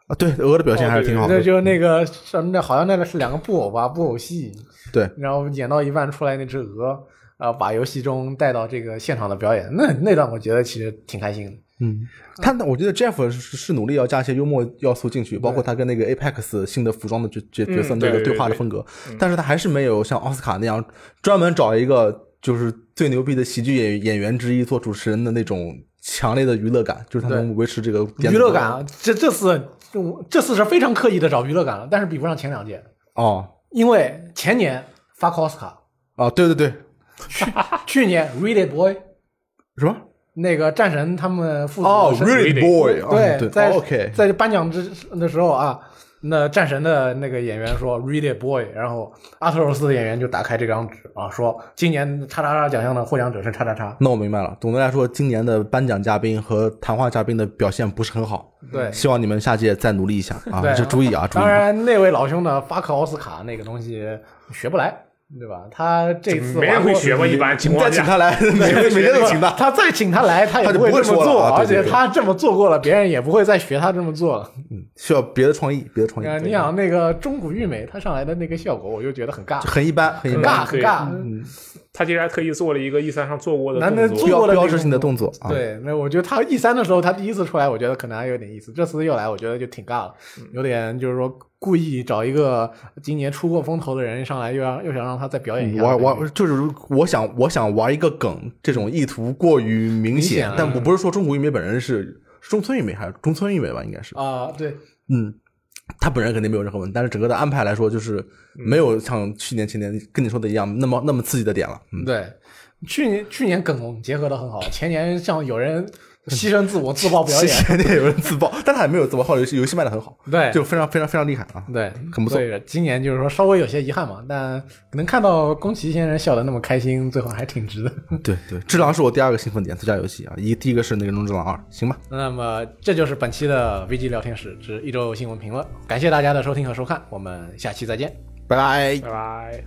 [SPEAKER 2] 啊。对，鹅的表现
[SPEAKER 3] 哦
[SPEAKER 2] 还是挺好的。
[SPEAKER 1] 那就是那个什么的，好像那个是两个布偶吧，布偶戏，
[SPEAKER 2] 对，
[SPEAKER 1] 然后演到一半出来那只鹅，啊，把游戏中带到这个现场的表演，那那段我觉得其实挺开心的。
[SPEAKER 2] 嗯，他我觉得 Jeff 是是努力要加一些幽默要素进去，包括他跟那个 Apex 新的服装的角角角色
[SPEAKER 3] 嗯
[SPEAKER 2] 那个
[SPEAKER 3] 对
[SPEAKER 2] 对话的
[SPEAKER 3] 对
[SPEAKER 2] 风格，
[SPEAKER 1] 嗯
[SPEAKER 2] 但是他还是没有像奥斯卡那样专门找一个就是最牛逼的喜剧演演员之一做主持人的那种强烈的娱乐感，就是他能维持这个
[SPEAKER 1] 娱乐感啊，这这次嗯这次是非常刻意的找娱乐感了，但是比不上前两届，
[SPEAKER 2] 哦
[SPEAKER 1] 因为前年发 cos 卡，
[SPEAKER 2] 哦，对对对，
[SPEAKER 1] 去年 Really Boy
[SPEAKER 2] 什么？
[SPEAKER 1] 那个战神他们负责
[SPEAKER 2] 哦
[SPEAKER 1] 是
[SPEAKER 2] ，Really
[SPEAKER 3] Really
[SPEAKER 2] Boy，哦
[SPEAKER 1] 对，
[SPEAKER 2] 对
[SPEAKER 1] 在、
[SPEAKER 2] 哦，OK，
[SPEAKER 1] 在颁奖之的时候啊，那战神的那个演员说 Really Boy，然后阿特柔斯的演员就打开这张纸啊，说今年叉叉叉奖项的获奖者是叉叉叉，
[SPEAKER 2] 那我明白了。总的来说，今年的颁奖嘉宾和谈话嘉宾的表现不是很好，
[SPEAKER 1] 对。
[SPEAKER 2] 希望你们下届再努力一下啊
[SPEAKER 1] 对，
[SPEAKER 2] 就注意啊，注意
[SPEAKER 1] 当。然，那位老兄呢，发克奥斯卡那个东西学不来，对吧？他这次
[SPEAKER 3] 没人
[SPEAKER 1] 玩过
[SPEAKER 3] 会学吧？一般情
[SPEAKER 2] 你再
[SPEAKER 3] 况
[SPEAKER 2] 请
[SPEAKER 3] 下，
[SPEAKER 2] 他来，每每天都请他。
[SPEAKER 1] 他再请他来，他也
[SPEAKER 2] 他就
[SPEAKER 1] 会
[SPEAKER 2] 不
[SPEAKER 1] 这
[SPEAKER 2] 会
[SPEAKER 1] 么
[SPEAKER 2] 说
[SPEAKER 1] 做，
[SPEAKER 2] 了啊
[SPEAKER 1] 而
[SPEAKER 2] 对
[SPEAKER 1] 且
[SPEAKER 2] 对对
[SPEAKER 1] 他这么做过了，别人也不会再学他这么做了。
[SPEAKER 2] 需要别的创意，别的创意。
[SPEAKER 1] 呃你想那个中谷玉美她上来的那个效果，我就觉得很尬
[SPEAKER 2] 就，很一般，很一嗯
[SPEAKER 1] 很
[SPEAKER 2] 般。
[SPEAKER 1] 尬，很尬。
[SPEAKER 3] 他竟然特意做了一个 E 三上做过的
[SPEAKER 1] 男的
[SPEAKER 3] 动
[SPEAKER 1] 做
[SPEAKER 3] 作，
[SPEAKER 1] 过
[SPEAKER 2] 标
[SPEAKER 1] 了那个
[SPEAKER 2] 标志性的动作啊，，
[SPEAKER 1] 对，那我觉得她 E 三的时候，她第一次出来，我觉得可能还有点意思。这次又来，我觉得就挺尬了，
[SPEAKER 2] 嗯
[SPEAKER 1] 有点就是说故意找一个今年出过风头的人上来，又让又想让他再表演一下。
[SPEAKER 2] 玩玩就是如我想我想玩一个梗，这种意图过于明
[SPEAKER 1] 显
[SPEAKER 2] 显
[SPEAKER 1] 啊。
[SPEAKER 2] 但我不是说中国玉美本人是是中村玉美还是中村玉美吧，应该是，
[SPEAKER 1] 啊，对，
[SPEAKER 2] 嗯，他本人肯定没有任何问题，但是整个的安排来说，就是没有像去年前年跟你说的一样那么那么刺激的点了。嗯，
[SPEAKER 1] 对，去年去年梗结合的很好，前年像有人牺牲自我自爆表
[SPEAKER 2] 前
[SPEAKER 1] 演，
[SPEAKER 2] 前年有人自爆，但他也没有自爆，后来游戏游戏卖的很好，
[SPEAKER 1] 对，
[SPEAKER 2] 就非常非常非常厉害啊。
[SPEAKER 1] 对，
[SPEAKER 2] 很不错
[SPEAKER 1] 所以今年就是说稍微有些遗憾嘛，但能看到宫崎先生笑得那么开心，最后还挺值的。
[SPEAKER 2] 对对，《只狼》是我第二个兴奋点，最佳游戏啊，一第一个是那个《龙之狼二》，行吧。
[SPEAKER 1] 那么这就是本期的 VG 聊天室之一周新闻评论，感谢大家的收听和收看，我们下期再见。
[SPEAKER 2] 拜拜。
[SPEAKER 3] 拜拜。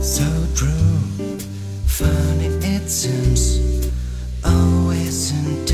[SPEAKER 4] So true, funny it seems, always in time.